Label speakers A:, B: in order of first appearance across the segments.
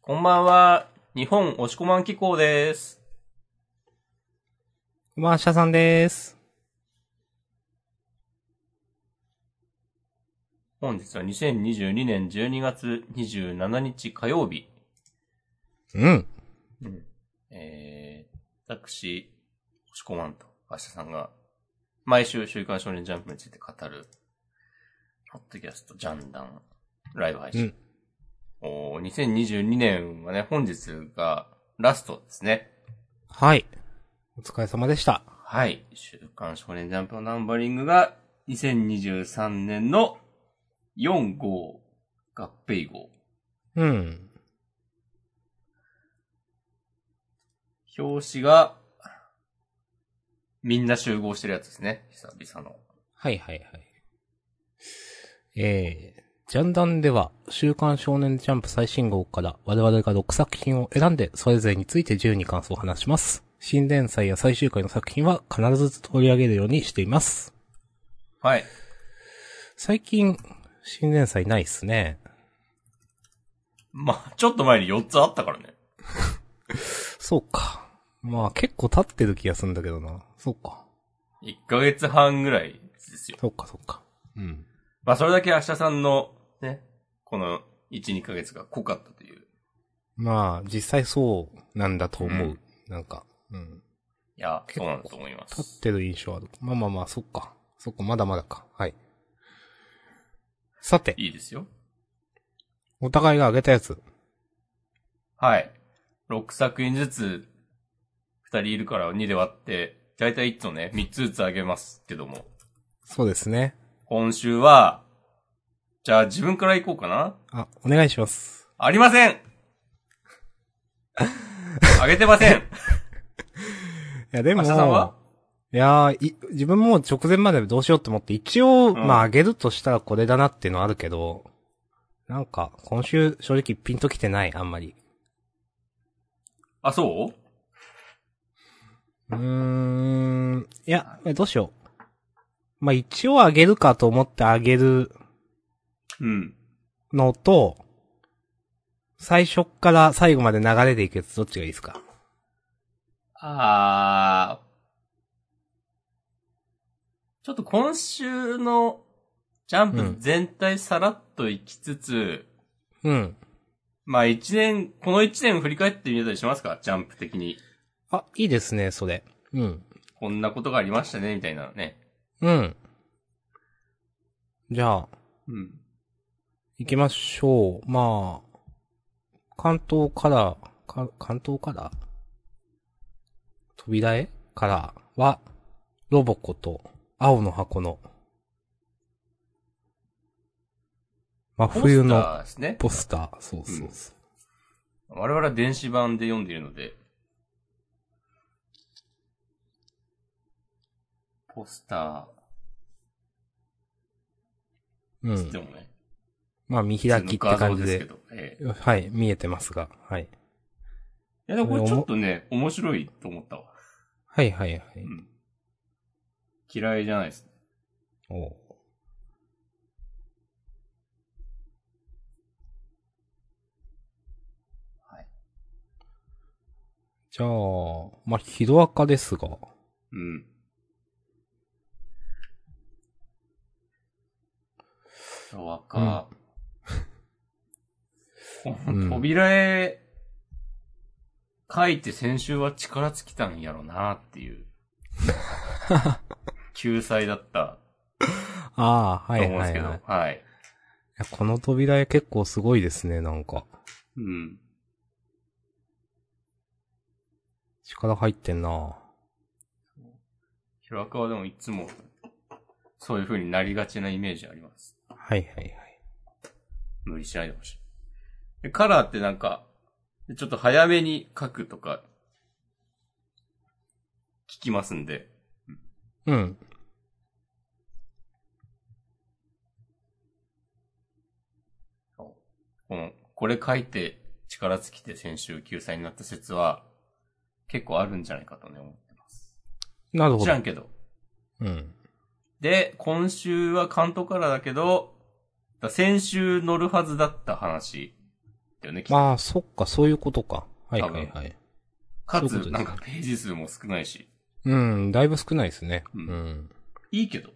A: こんばんは。日本押し込まん機構です。
B: マーシャさんです。
A: 本日は2022年12月27日火曜日。
B: うん。
A: えー、私、押し込まんと、明日さんが、毎週週刊少年ジャンプについて語る、ホットキャスト、ジャンダン、ライブ配信。おー2022年はね、本日がラストですね。
B: はい。お疲れ様でした。
A: はい。週刊少年ジャンプのナンバリングが、2023年の4号合併号。
B: うん。
A: 表紙が、みんな集合してるやつですね。久々の。
B: はいはいはい。えー、ジャンダンでは、週刊少年ジャンプ最新号から我々が6作品を選んで、それぞれについて自由に感想を話します。新連載や最終回の作品は必ず取り上げるようにしています。
A: はい。
B: 最近、新連載ないっすね。
A: まあ、ちょっと前に4つあったからね。
B: そうか。まあ結構経ってる気がするんだけどな。そうか。
A: 1ヶ月半ぐらいですよ。
B: そうかそうか。うん。
A: まあ、それだけ明日さんの、ね、この1、2ヶ月が濃かったという。
B: まあ、実際そうなんだと思う。
A: うん
B: なんか、うん。
A: いや、
B: 結
A: そ
B: 構
A: うなんだと思いま
B: 立
A: す。
B: ってる印象ある。まあまあまあ、そっか。そっか、まだまだか。はい。さて、
A: いいですよ。
B: お互いが挙げたやつ。
A: はい。6作品ずつ、2人いるから2で割って、だいたい1つをね、3つずつあげますけども。
B: そうですね。
A: 今週は、じゃあ自分から行こうかな。
B: あ、お願いします。
A: ありませんあげてません
B: いや、で も、
A: 明日さんはい
B: やーい、自分も直前までどうしようと思って、一応、まあ、あげるとしたらこれだなっていうのはあるけど、なんか、今週、正直ピンときてない、あんまり。
A: あ、そう
B: うーん。いや、えどうしよう。まあ、一応あげるかと思ってあげる
A: うん。
B: のと、最初から最後まで流れでいくやつどっちがいいですか
A: あー。ちょっと今週のジャン
B: う
A: プ
B: ん
A: 全体さらっと行きつつ、
B: うん。
A: まあ一年、この一年振り返ってみたりしますかジャンプ的に。
B: あ、いいですね、それ。うん。
A: こんなことがありましたね、みたいなのね。
B: うん。じゃあ、
A: うん。
B: 行きましょう。まあ、関東から、か関東から扉絵からは、ロボコと青の箱の、真冬
A: ポス
B: の
A: ターですね。
B: ポスター。そうそうそう。
A: 我々は電子版で読んでいるので、ポスタ
B: う
A: ー、つって
B: ん。
A: もね、
B: まあ、見開きって感じ
A: 普通の画像ですけ
B: で。
A: ど。ええ
B: はい、見えてますが。はい。
A: いや、でもこれちょっとね、面白いと思ったわ。
B: はいはいはい。
A: うん。嫌いじゃないです。
B: おう
A: はい。
B: じゃあ、まあ、ヒロアカですが。
A: うん。そうわか。 この扉絵、書いて先週は力尽きたんやろなって いう。救済だった
B: ああ、
A: と
B: はい
A: 思うんで
B: は
A: す
B: い、
A: けど、
B: は
A: はい
B: い。いやこの扉絵結構すごいですね、なんか。
A: うん。
B: 力入ってんな
A: ヒロアカはでもいつも、そういう風になりがちなイメージあります。
B: はいはいはい。
A: 無理しないでほしい。でカラーってなんか、ちょっと早めに書くとか、聞きますんで。
B: うん。
A: この、これ書いて力尽きて先週救済になった説は、結構あるんじゃないかとね、思ってます。
B: なるほ
A: 知ら
B: ど。
A: んけど。
B: うん。
A: で、今週は関東からだけど、だ先週乗るはずだった話だよね、きっと
B: まあ、そっか、そういうことか。はいはい
A: 多
B: はい。
A: か
B: そういうこと
A: つ、
B: で
A: な
B: す
A: んかページ数も少ないし、
B: うん、だいぶ少ないですね。う。
A: うんんいいけど。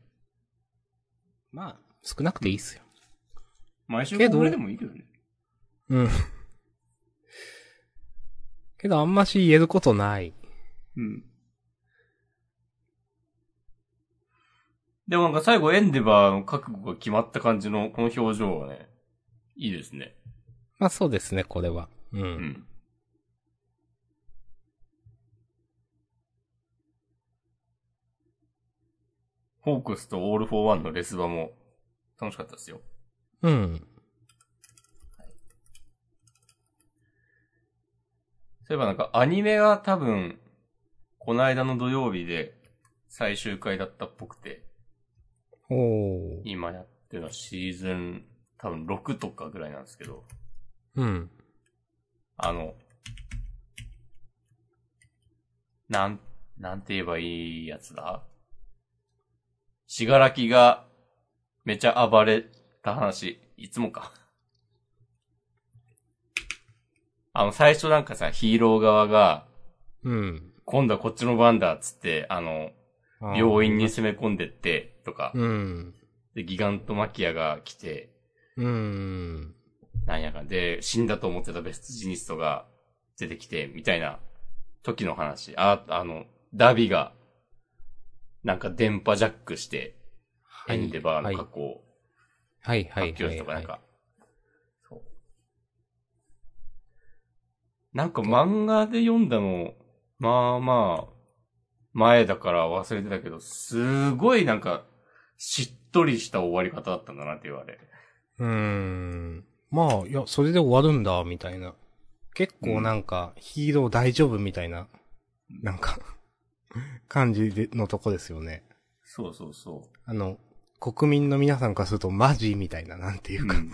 B: まあ、少なくていいっすよ。
A: 毎週
B: けど
A: これでもいいけどね。
B: うん。けど、あんまし言えることない。
A: うん。でもなんか最後エンデバーの覚悟が決まった感じのこの表情はね、いいですね。
B: まあそうですね、これは。うん。
A: うん。ホークスとオールフォーワンのレスバも楽しかったですよ。
B: うん。
A: そういえばなんかアニメが多分、この間の土曜日で最終回だったっぽくて、
B: おー。
A: 今やってるのはシーズン多分6とかぐらいなんですけど、
B: うん。
A: あの、なん、なんて言えばいいやつだしがらきがめちゃ暴れた話、いつもか。あの、最初なんかさ、ヒーロー側が、
B: うん。
A: 今度はこっちの番だっつって、あの、
B: あー
A: 病院に。攻め込んでって、とか、
B: うん。
A: で、ギガントマキアが来て、
B: うん。
A: なんやかんで、死んだと思ってたベストジニストが出てきて、みたいな時の話。あ、あの、ダビが、なんか電波ジャックして、
B: い
A: エンデバーの過去を
B: はいは
A: 発表
B: いはい。
A: しとかなんか
B: は。
A: そうなんか漫画で読んだの、まあまあ、前だから忘れてたけど、すごいなんか、しっとりした終わり方だったんだなって言われ。
B: い。うん。まあ、いや、それで終わるんだ、みたいな。結構なんか、ヒーロー大丈夫みたいな、なんか、 感じでのとこですよね。
A: そうそうそ
B: あの、国民の皆さんからするとマジみたいな、なんていううか。
A: ん。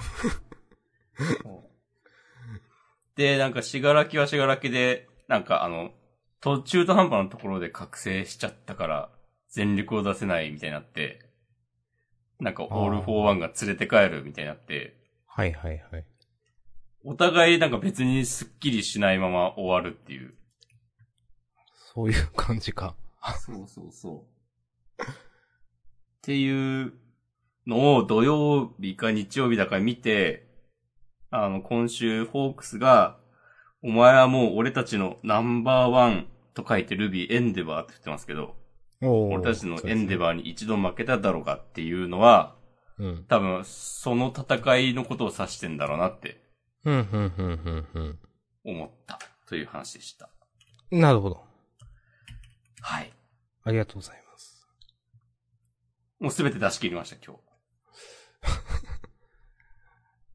A: で、なんか、しがらきはしがらきで、なんかあの、途中途半端なところで覚醒しちゃったから、全力を出せないみたいになって、なんか、オール・フォー・ワンが連れて帰るみたいになって、
B: はいはいはい。
A: お互いなんか別にスッキリしないまま終わるっていう。
B: そういう感じか。
A: そうそうそう。っていうのを土曜日か日曜日だか見て、あの、今週、ホークスが、お前はもう俺たちのナンバーワンと書いてルビーエンデバーって言ってますけど、
B: おー
A: 俺たちのエンデ
B: ー。
A: バーに一度負けただろうかっていうのは、
B: うん。
A: 多分、その戦いのことを指してんだろうなって
B: うん、うん、うん、うん、
A: 思ったという話でした。
B: うん。なるほど。
A: はい。
B: ありがとうございます。
A: もうすべて出し切りました、今日。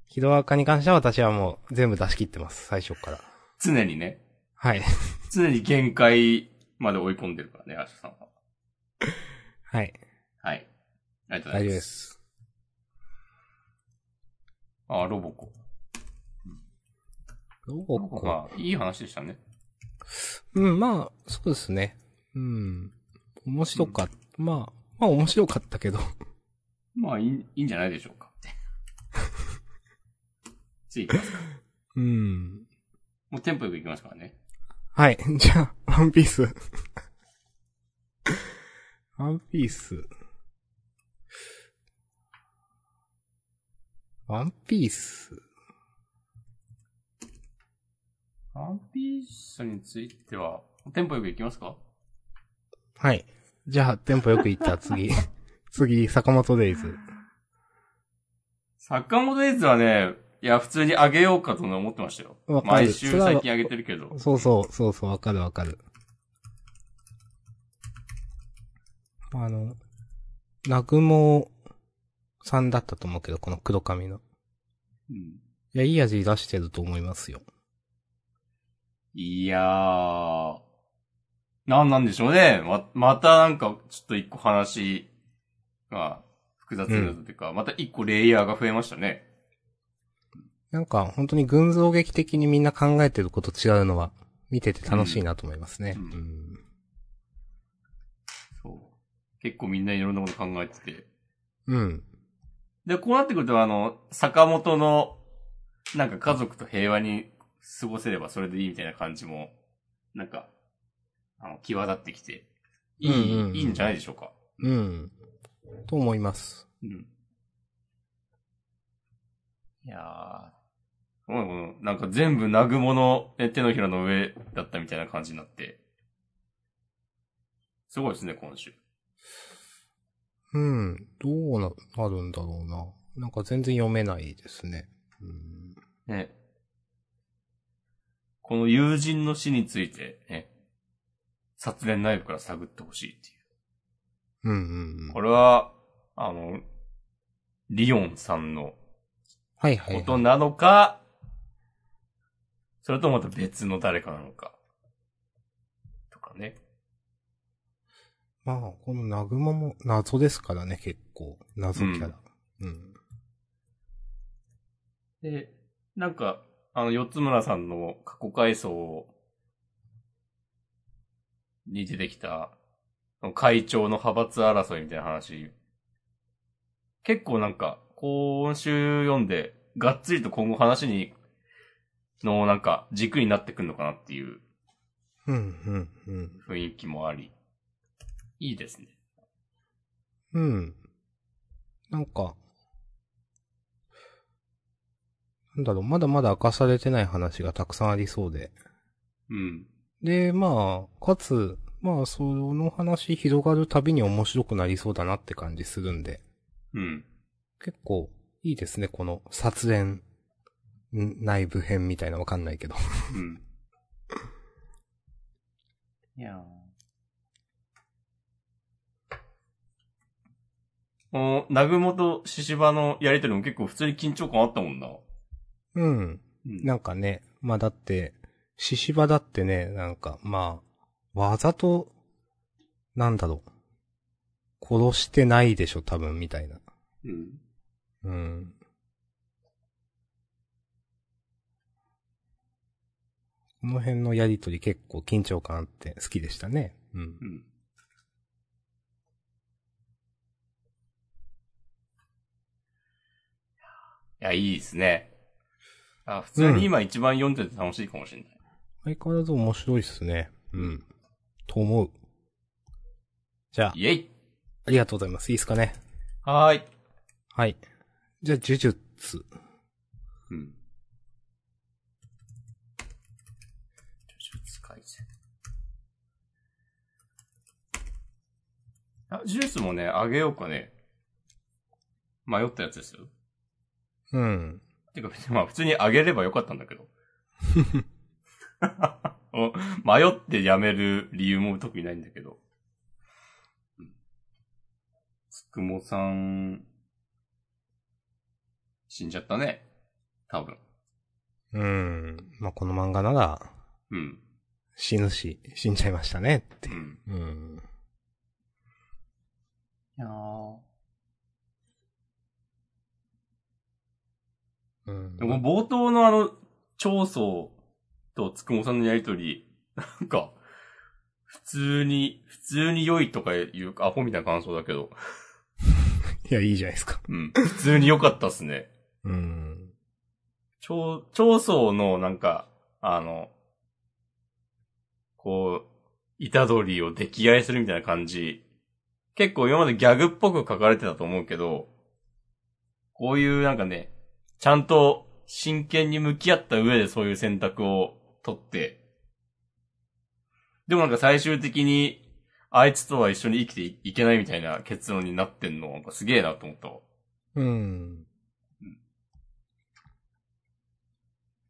B: ヒロアカに関しては私はもう全部出し切ってます。最初から。
A: 常にね、
B: はい。
A: 常に限界まで追い込んでるからね、アシャさんは。
B: はい。
A: はい。ありがとうござ
B: 大
A: い
B: 丈
A: ます。
B: 夫です。
A: あ、ロボコ。
B: ロボ
A: ロボ
B: コ
A: コが、いい話でしたね。
B: うん、まあ、そうですね。うん。面白かった。まあ、まあ面白かったけど。
A: まあ、いいいいんじゃないでしょう か。次行きますか。
B: うん。
A: もうテンポよく行きますからね。
B: はい。 じゃあ、ワンピース。ワンピース。ワンピース。
A: ワンピースについては、テンポよく行きますか
B: はい。じゃあ、テンポよくいった次。次、坂本デイズ。
A: 坂本エイズはね、いや、普通にあげようかとね思ってましたよ。
B: わかる
A: 毎週
B: それは
A: 最近あげてるけど。
B: そうそう、そうそう、わかるわかる。あの、ナグモさんだったと思うけど、この黒髪の。
A: うん
B: いや、いい味出してると思いますよ。
A: いやー。なんなんでしょうね。ま、またなんか、ちょっと一個話が複雑になったというか、また一個レイヤーが増えましたね。
B: なんか、本当に群像劇的にみんな考えてること違うのは、見てて楽しいなと思いますね。
A: うん
B: うん
A: そう。結構みんないろんなこと考えてて。
B: うん。
A: で、こうなってくると、あの、坂本のなんか家族と平和に過ごせればそれでいいみたいな感じも、なんか、あの、際立ってきて、いい、
B: うんうん
A: いいんじゃないでしょうか。
B: うん。と思います。
A: うん。いやー、ごめんごめんなんか全部ナグモのえ手のひらの上だったみたいな感じになって、すごいですね、今週。
B: うん。どうな、なるんだろうな。なんか全然読めないですね。うん。
A: ね。この友人の死について、ね、殺練内部から探ってほしいってい
B: うんうんう
A: う。
B: ん。
A: これは、あの、リオンさんの
B: はいはい、
A: こ
B: はい。
A: となのか、それともまた別の誰かなのか、とかね。
B: まあ、このナグマも謎ですからね、結構。謎キャラ。うん。
A: で、なんか、あの、四つ村さんの過去回想に出てきた、会長の派閥争いみたいな話、結構なんか、今週読んで、がっつりと今後話に、のなんか、軸になってくるのかなっていう
B: うん、うん、
A: 雰囲気もあり、いいですね。
B: うん。うん。なんか、なんだろう、まだまだ明かされてない話がたくさんありそうで。
A: うん。
B: で、まあ、かつ、まあ、その話広がるたびに面白くなりそうだなって感じするんで、
A: うん。
B: 結構いいですね、この殺練ん内部編みたいなわかんないけど。
A: うん。いやおナグモとシシバのやりとりも結構普通に緊張感あったもんな。
B: うん。
A: うん
B: なんかね、まあだって、獅子場だってね、なんか、まあ、わざと、なんだろう、殺してないでしょ、多分、みたいな。
A: うん。
B: うん。この辺のやりとり結構緊張感あって好きでしたね。うん
A: う。ん。いや、いいですね。あ、普通に今一番読んでて楽しいかもしれない。
B: 相変わらず面白いっすね。うん。と思う。じゃあ、
A: イェイ
B: ありがとうございます。いいっすかね。
A: はーい。
B: はい。じゃあ、呪術。
A: うん。呪術改善。あ、ジュースもね、あげようかね。迷ったやつですよ。
B: うん。
A: てか、まあ普通にあげればよかったんだけ ど。お迷ってやめる理由も特にないんだけど。うんつくもさん、死んじゃったね。多分。
B: うん。まあ、この漫画なら、
A: うん。
B: 死ぬし、死んじゃいましたねって
A: う
B: いう。
A: ん。
B: うん。
A: いやー
B: うん
A: でも冒頭のあの、長宗とつくもさんのやりとり、なんか、普通に、普通に良いとかいうアホみたいな感想だけど、
B: いや、いいじゃないですか。
A: うん。普通に良かったっすね。
B: うん。
A: 長、長宗のなんか、あの、こう、いたどりを溺愛するみたいな感じ。結構今までギャグっぽく書かれてたと思うけど、こういうなんかね、ちゃんと真剣に向き合った上でそういう選択を取って、でもなんか最終的に、あいつとは一緒に生きていいけないみたいな結論になってんの、なんかすげえなと思ったわ。
B: うん。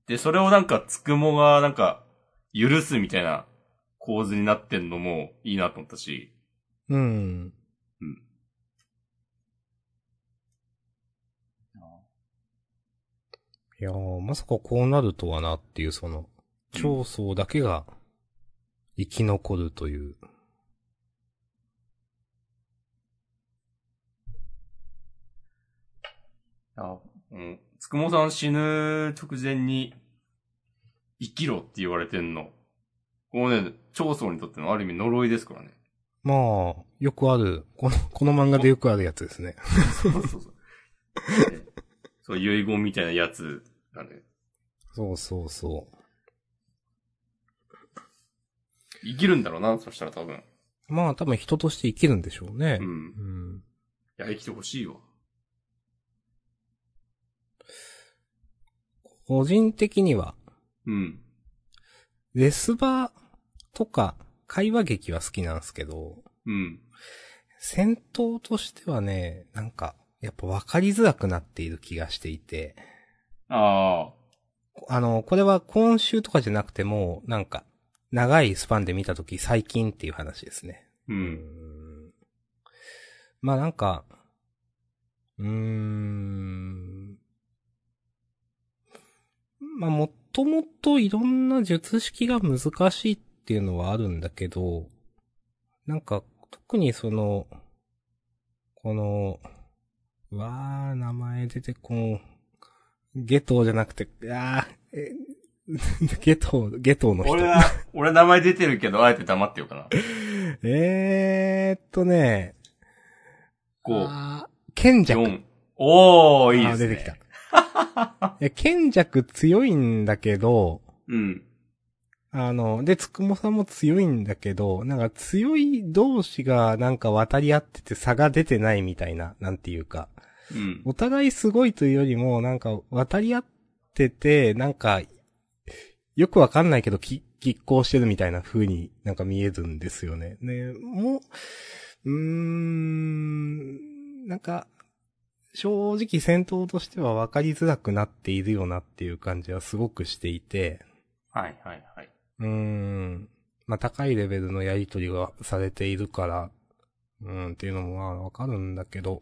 A: で、それをなんか、つくもが、なんか、許すみたいな構図になってんのもいいなと思ったし、
B: うん。いやー、まさかこうなるとはなっていう、その、長宗だけが生き残るという。
A: あうん、つくもさん死ぬ直前に、生きろって言われてんの。こうね、長宗にとってのある意味呪いですからね。
B: まあ、よくある、この、この漫画でよくあるやつですね。
A: そうそうそう。ねそう、遺言みたいなやつなんで、
B: そうそうそ
A: 生きるんだろうな、そしたら多分。
B: う。まあ多分人として生きるんでしょうね。
A: うん。
B: うん
A: いや、生きてほしいよ。
B: 個人的には、
A: うん。
B: レスバーとか会話劇は好きなんですけど、
A: うん。
B: 戦闘としてはね、なんか、やっぱ分かりづらくなっている気がしていて、
A: ああ。
B: あの、これは今週とかじゃなくても、なんか、長いスパンで見たとき最近っていう話ですね。
A: う。
B: うんん。まあなんか、うーん。まあもともといろんな術式が難しいっていうのはあるんだけど、なんか特にその、この、うわー、名前出てこん。ゲトウじゃなくて、あー、え、 ゲトウ、ゲトウの人。
A: 俺は、俺は名前出てるけど、あえて黙ってようかな。
B: えーっとね、
A: 五
B: あー賢者。
A: 四おー、いいで
B: あー
A: すね。
B: 出てきた。いや、賢弱強いんだけど、
A: うん。
B: あの、で、つくもさんも強いんだけど、なんか強い同士がなんか渡り合ってて差が出てないみたいな、なんていうか。
A: うん。
B: お互いすごいというよりも、なんか渡り合ってて、なんか、よくわかんないけど、き、拮抗してるみたいな風になんか見えるんですよね。ね、もう、うーん、なんか、正直戦闘としては分かりづらくなっているよなっていう感じはすごくしていて、
A: はい、はい、はい。
B: うーん。まあ、高いレベルのやりとりがされているから、うーんっていうのもまあわかるんだけど、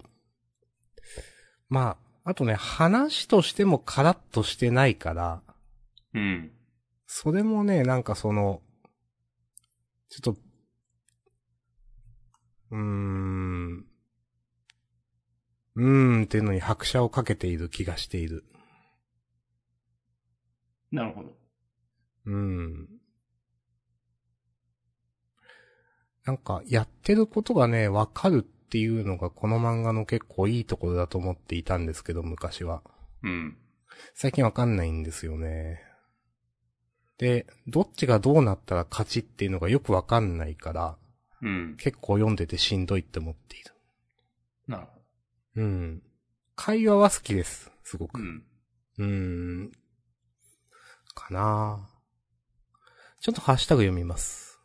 B: まあ、あとね、話としてもカラッとしてないから、
A: うん。
B: それもね、なんかその、ちょっと、うーん、うーんっていうのに拍車をかけている気がしている。
A: なるほど。
B: うん。なんか、やってることがね、わかるっていうのがこの漫画の結構いいところだと思っていたんですけど、昔は。
A: うん。
B: 最近わかんないんですよね。で、どっちがどうなったら勝ちっていうのがよくわかんないから、
A: うん。
B: 結構読んでてしんどいって思っている。
A: なるほ
B: うん。会話は好きです、すごく。
A: ど。うん。
B: うーん。かなぁちょっとハッシュタグ読みます。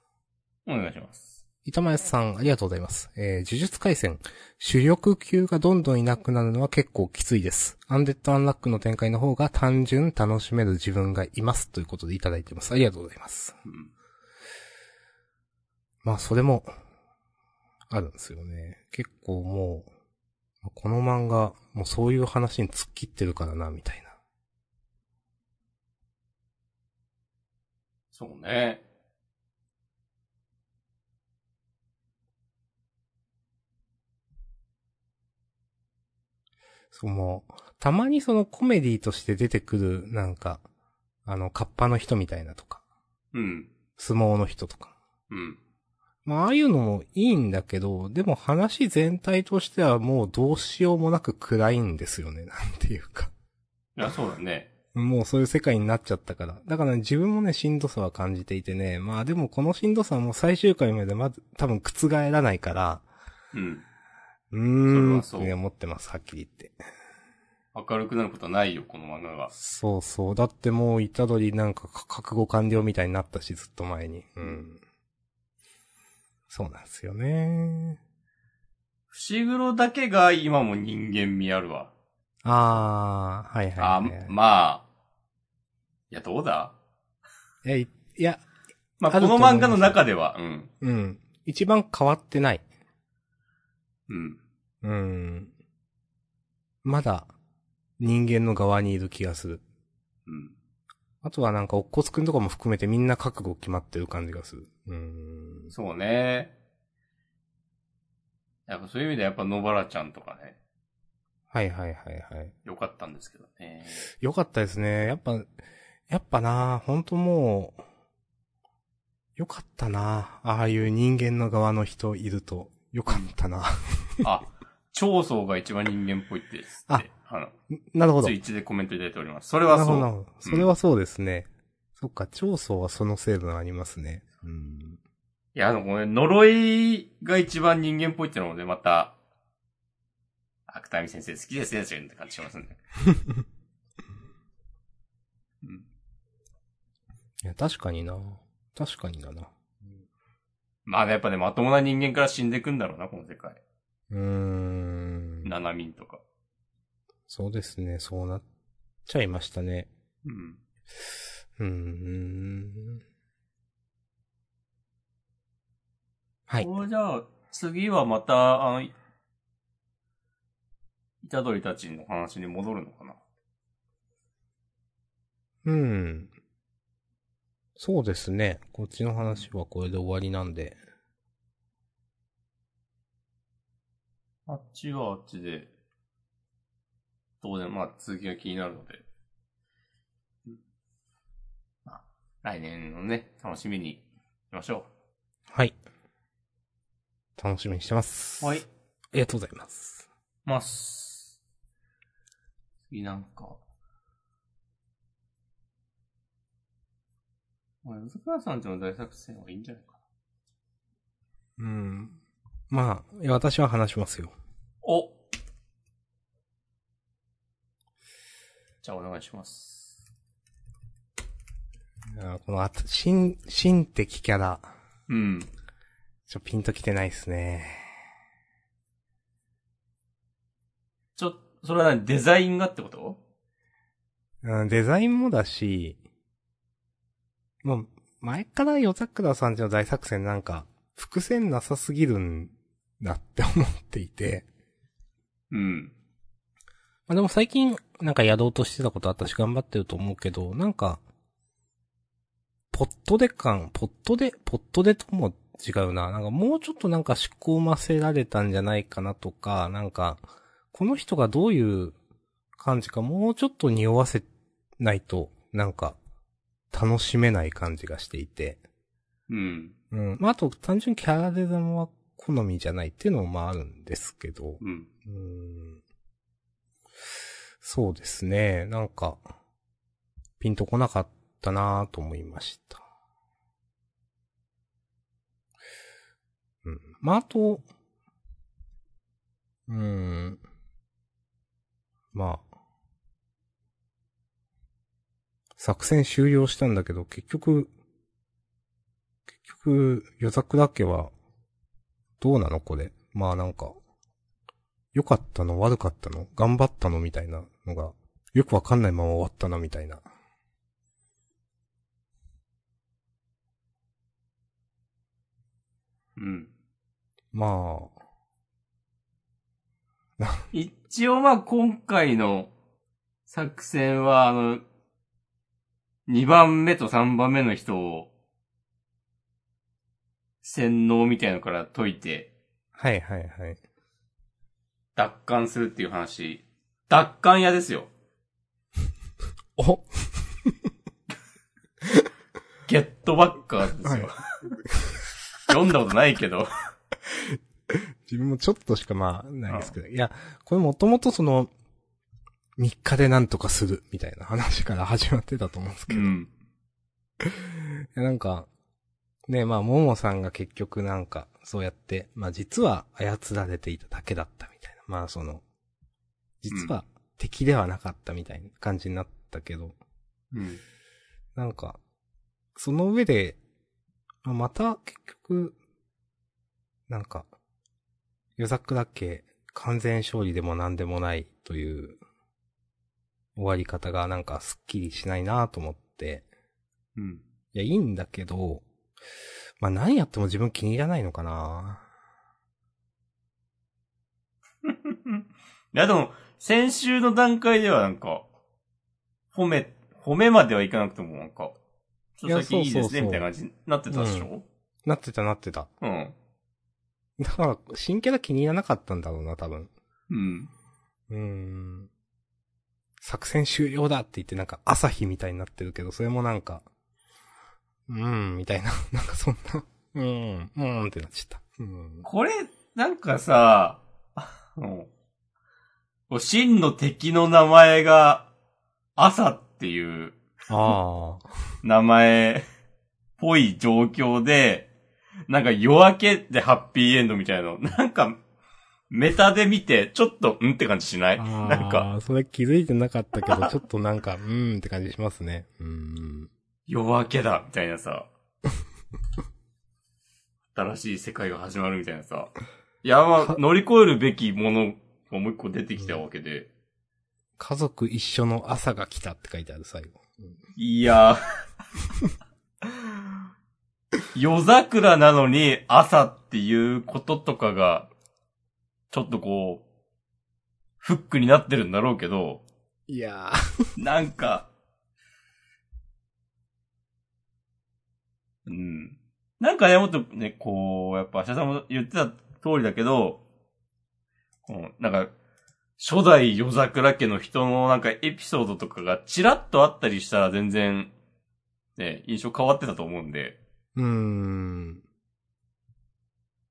A: お願いします。
B: 板前さん、ありがとうございます。えー、呪術回戦。主力級がどんどんいなくなるのは結構きついです。アンデッドアンラックの展開の方が単純楽しめる自分がいます。ということでいただいてます。ありがとうございます。
A: うん。
B: まあ、それも、あるんですよね。結構もう、この漫画、もうそういう話に突っ切ってるからな、みたいな。
A: そうね。
B: その、たまにそのコメディとして出てくる、なんか、あの、カッパの人みたいなとか、
A: うん。
B: 相撲の人とか。
A: うん。
B: まあ、ああいうのもいいんだけど、でも話全体としてはもうどうしようもなく暗いんですよね、 なんていうか。
A: いや、そうだね。
B: もうそういう世界になっちゃったから。だから、ね、自分もね、しんどさは感じていてね、まあでもこのしんどさはもう最終回までまず多分覆らないから、
A: うん。
B: う
A: それ
B: ーん、
A: は
B: って
A: そう
B: ね思ってます、はっきり言って。
A: 明るくなることはないよ、この漫画が。
B: そうそう。だってもう、いたどりなんかか覚悟完了みたいになったし、ずっと前に。うん。そうなんですよね。
A: 伏黒だけが今も人間味あるわ。
B: あー、はい
A: あ
B: はい、はい、
A: まあ。いや、どうだ
B: え、いいや、
A: まあ、
B: あ
A: こ
B: ると
A: の
B: 思います
A: 漫画の中では、うん。
B: うん。一番変わってない。
A: うん。
B: うん。まだ、人間の側にいる気がする。
A: うん。
B: あとはなんか、おっこつくんとかも含めてみんな覚悟決まってる感じがする。うん。
A: そうね。やっぱそういう意味ではやっぱ野原ちゃんとかね、
B: はいはいはいはい。
A: 良かったんですけどね。
B: よかったですね。やっぱ、やっぱな、ほんともう、よかったな。ああいう人間の側の人いると、よかったな。
A: あ、長宗が一番人間っぽいって言って
B: あ
A: あの、
B: なるほど。
A: ツイッチでコメントいただいております。それは
B: なる
A: そ
B: ほどなる
A: う。
B: ほど。それはそうですね。そっか、長層はその成分ありますね。うん。
A: いや、あの、これ、呪いが一番人間っぽいってのもね、また、芥見先生好きですね、って感じします ね。うん
B: いや、確かにな。確かにだな。
A: まあ、やっぱね、まともな人間から死んでいくんだろうな、この世界。
B: うーん。
A: ナナミンとか。
B: そうですね、そうなっちゃいましたね。
A: うん。
B: うーん。はい。
A: これじゃあ、次はまた、あの、い虎杖たちの話に戻るのかな。
B: うん。そうですね。こっちの話はこれで終わりなんで。
A: あっちはあっちで、当然、まあ、続きが気になるので。うんまあ来年のね、楽しみにしましょ
B: はい。楽しみにしてます。
A: う。は
B: あ
A: い。
B: りがとうございます。
A: ます。次なんか。まあ、鈴倉さんちの大作戦はいいんじゃないかな。
B: うん。まあ、いや私は話しますよ。
A: おじゃあお願いします。
B: いやこのあと、新、新的キャラ、
A: うん。
B: ちょ、ピンときてないですね。
A: ちょ、それは何デザインがってこと
B: うん、デザインもだし、もう、前から夜桜さんちの大作戦なんか、伏線なさすぎるんだって思っていて、
A: うん。
B: まあでも最近、なんかやろうとしてたことあったし頑張ってると思うけど、なんか、ポットで感、ポットで、ポットでとも違うな。なんかもうちょっとなんか思考ませられたんじゃないかなとか、なんか、この人がどういう感じかもうちょっと匂わせないと、なんか、楽しめない感じがしていて。
A: うん。
B: うん。まあ、あと単純にキャラデザインは好みじゃないっていうのもまああるんですけど。
A: うん。
B: うーんそうですね。なんか、ピンとこなかったなぁと思いました。うん。まあ、あと、うーん。まあ。作戦終了したんだけど、結局、結局、夜桜家は、どうなのこれ。まあなんか、良かったの悪かったの頑張ったのみたいなのが、よくわかんないまま終わったなみたいな。
A: うん。
B: まあ、
A: 一応まあ今回の作戦は、あの、2番目と3番目の人を、洗脳みたいのから解いて、
B: はいはいはい。
A: 奪還するっていう話。奪還屋ですよ。
B: お
A: ゲットバッカーですよ。読んだことないけど。
B: 自分もちょっとしかまあ、ないですけど。いや、これもともとその、3日でなんとかする、みたいな話から始まってたと思うんですけ
A: う
B: ど。い
A: ん。
B: やなんか、ね、まあ、ももさんが結局なんか、そうやって、まあ実は操られていただけだったみたいな。まあその、実は敵ではなかったみたいな感じになったけど、
A: うん。
B: なんか、その上で、まあまた結局、なんか、夜桜家完全勝利でも何でもないという終わり方がなんかスッキリしないなと思って、
A: うん。
B: いや、いいんだけど、まあ何やっても自分気に入らないのかない
A: や、でも、先週の段階ではなんか、褒め、褒めまではいかなくてもなんか、ちょっと最近いい
B: いやそうそうそう
A: ですね、みたいな感じになってたでしょ
B: なってたなってた。
A: うん。
B: だから、新キャラ気に入らなかったんだろうな、多分。
A: うん。
B: うーん。作戦終了だって言ってなんか朝日みたいになってるけど、それもなんか、うーん、みたいな、 なんかそんな、うーん、うーんってなっちゃった。うーん。
A: これ、なんかさ、あの、こう真の敵の名前が、朝っていう
B: ああ。
A: 名前っぽい状況で、なんか夜明けでハッピーエンドみたいなの、なんか、メタで見て、ちょっと、んって感じしないなんか、
B: あーそれ気づいてなかったけど、ちょっとなんか、うーんって感じしますね。うーん。
A: 夜明けだみたいなさ。 新しい世界が始まるみたいなさ。いや、まあ、乗り越えるべきものがもう一個出てきたわけで。
B: 家族一緒の朝が来たって書いてある、最後。
A: いやー。夜桜なのに朝っていうこととかが、ちょっとこう、フックになってるんだろうけど、
B: いや
A: なんか、うん。なんかね、もっとね、こう、やっぱ、社さんも言ってた通りだけど、このなんか、初代夜桜家の人のなんかエピソードとかがチラッとあったりしたら全然、ね、印象変わってたと思うんで。
B: ー。うーん。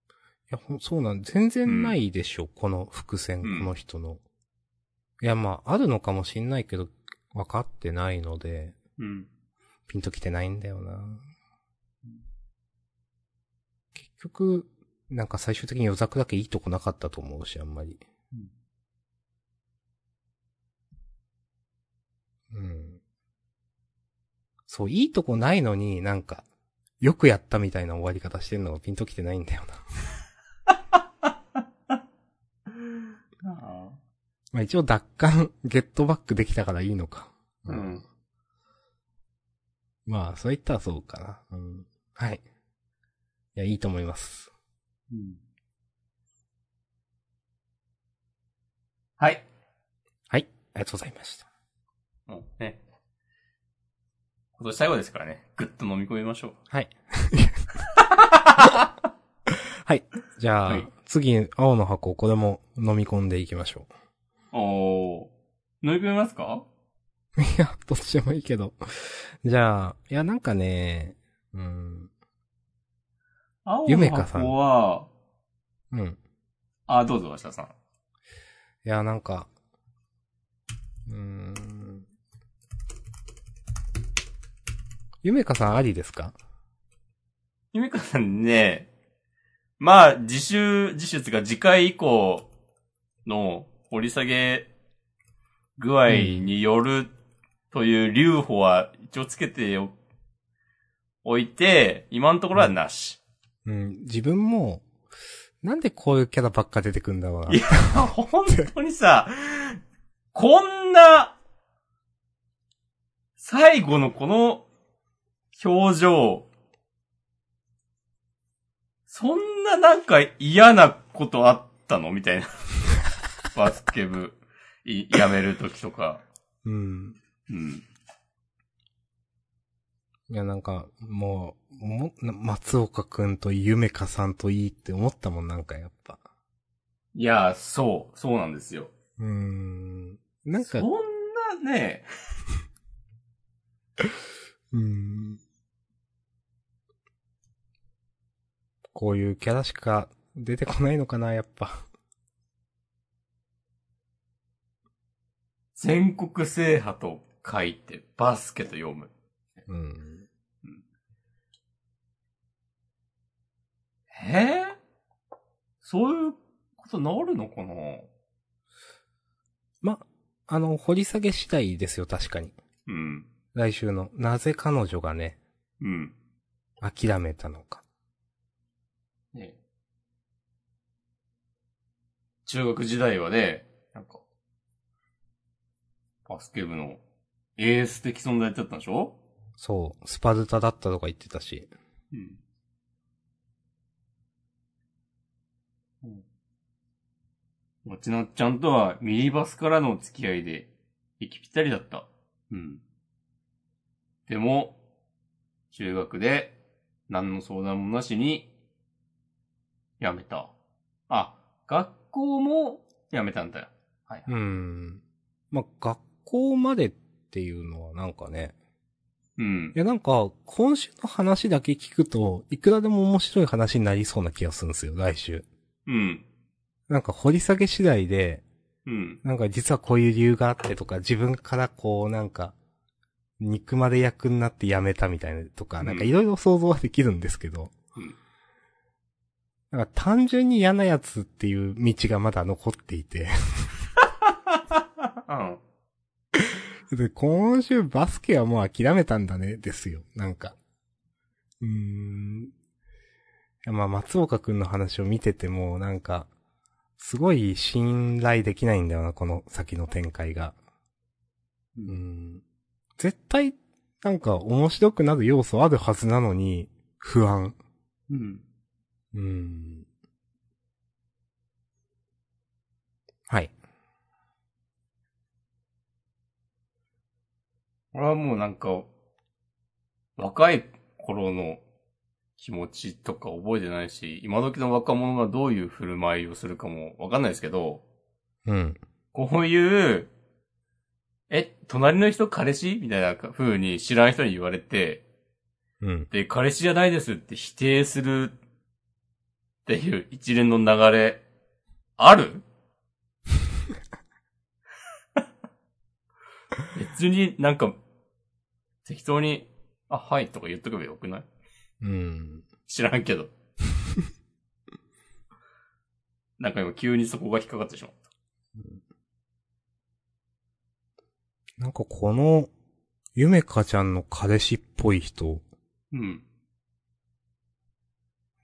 B: いや、ほんそうなん、全然ないでしょ、この伏線、
A: うん
B: この人の。いや、まあ、あるのかもしんないけど、分かってないので、
A: うん。
B: ピンときてないんだよな。結局、なんか最終的に夜桜家いいとこなかったと思うし、あんまり。うん。そう、いいとこないのになんか、よくやったみたいな終わり方してんのがピンときてないんだよな。
A: あ
B: まあ一応奪還、ゲットバックできたからいいのか。
A: うん。
B: まあ、そう言ったらそうかな。うん。はい。いや、いいと思います。
A: はい。
B: はい。ありがとうございました。
A: もうね。今年最後ですからね。ぐっと飲み込みましょう。
B: はい。はい。じゃあ、
A: はい
B: 次、青の箱、これも飲み込んでいきましょ
A: おー。飲み込みますか
B: う。いや、どっちでもいいけど。じゃあ、いや、なんかね、うん、
A: 青
B: ゆめ
A: の
B: かさん
A: 箱は、
B: うん。
A: あ、どうぞ、明日さん。
B: いや、なんか、うーん。ゆめかさんありですか
A: ゆめかさんね、まあ、自習、自習つか次回以降の掘り下げ具合によるという留保は一応つけておおいて、今のところはなし。。
B: うん、自分も、なんでこういうキャラばっか出てくんだろうない
A: や、本当にさ、こんな、最後のこの表情、そんななんか嫌なことあったのみたいな。バスケ部、いやめるときとか。
B: うん。
A: うん。
B: いや、なんか、もう、も、な松岡くんとゆめかさんといいって思ったもん、なんかやっぱ。
A: いや、そう、そうなんですよ。
B: うーん。なん
A: そ
B: か、
A: んなね、
B: うん。こういうキャラしか出てこないのかな、やっぱ。
A: 全国制覇と書いて、バスケと読む。
B: うん。
A: えーそういうことなるのかな
B: ま、あの、掘り下げ次第ですよ、確かに。
A: うん。
B: 来週の、なぜ彼女がね、
A: うん。
B: 諦めたのか。
A: ね中学時代はね、なんか、バスケ部のエース的存在だったんでしょ
B: そう、スパルタだったとか言ってたし。
A: うん。もちなっちゃんとはミニバスからの付き合いで、息ぴったりだった。うん。でも、中学で何の相談もなしに、辞めた。あ、学校も辞めたんだよ。はい。
B: うん。ま、学校までっていうのはなんかね、
A: うん
B: い。やなんか、今週の話だけ聞くと、いくらでも面白い話になりそうな気がするんですよ、来週。
A: うん。
B: なんか掘り下げ次第で、
A: うん。
B: なんか実はこういう理由があってとか、自分からこうなんか、憎まれ役になって辞めたみたいなとか、
A: うん
B: なんかいろいろ想像はできるんですけど、
A: うん
B: なんか単純に嫌なやつっていう道がまだ残っていて、
A: うん。
B: で今週バスケはもう諦めたんだね、ですよ、なんか。うーん。まあ、松岡くんの話を見てても、なんか、すごい信頼できないんだよな、この先の展開が。う
A: うん
B: ん絶対、なんか面白くなる要素あるはずなのに、不安。
A: うん。
B: うん。はい。
A: これはもうなんか、若い頃の気持ちとか覚えてないし、今時の若者がどういう振る舞いをするかもわかんないですけど、
B: うん。
A: こういう、え、隣の人彼氏みたいな風に知らん人に言われて、
B: うん。
A: で、彼氏じゃないですって否定するっていう一連の流れ、あ る別になんか、適当に、あ、はいとか言っとけばよくない
B: うん。
A: 知らんけ ど。なんか今急にそこが引っかかってしまった。
B: なんかこの、ゆめかちゃんの彼氏っぽい人、
A: うん。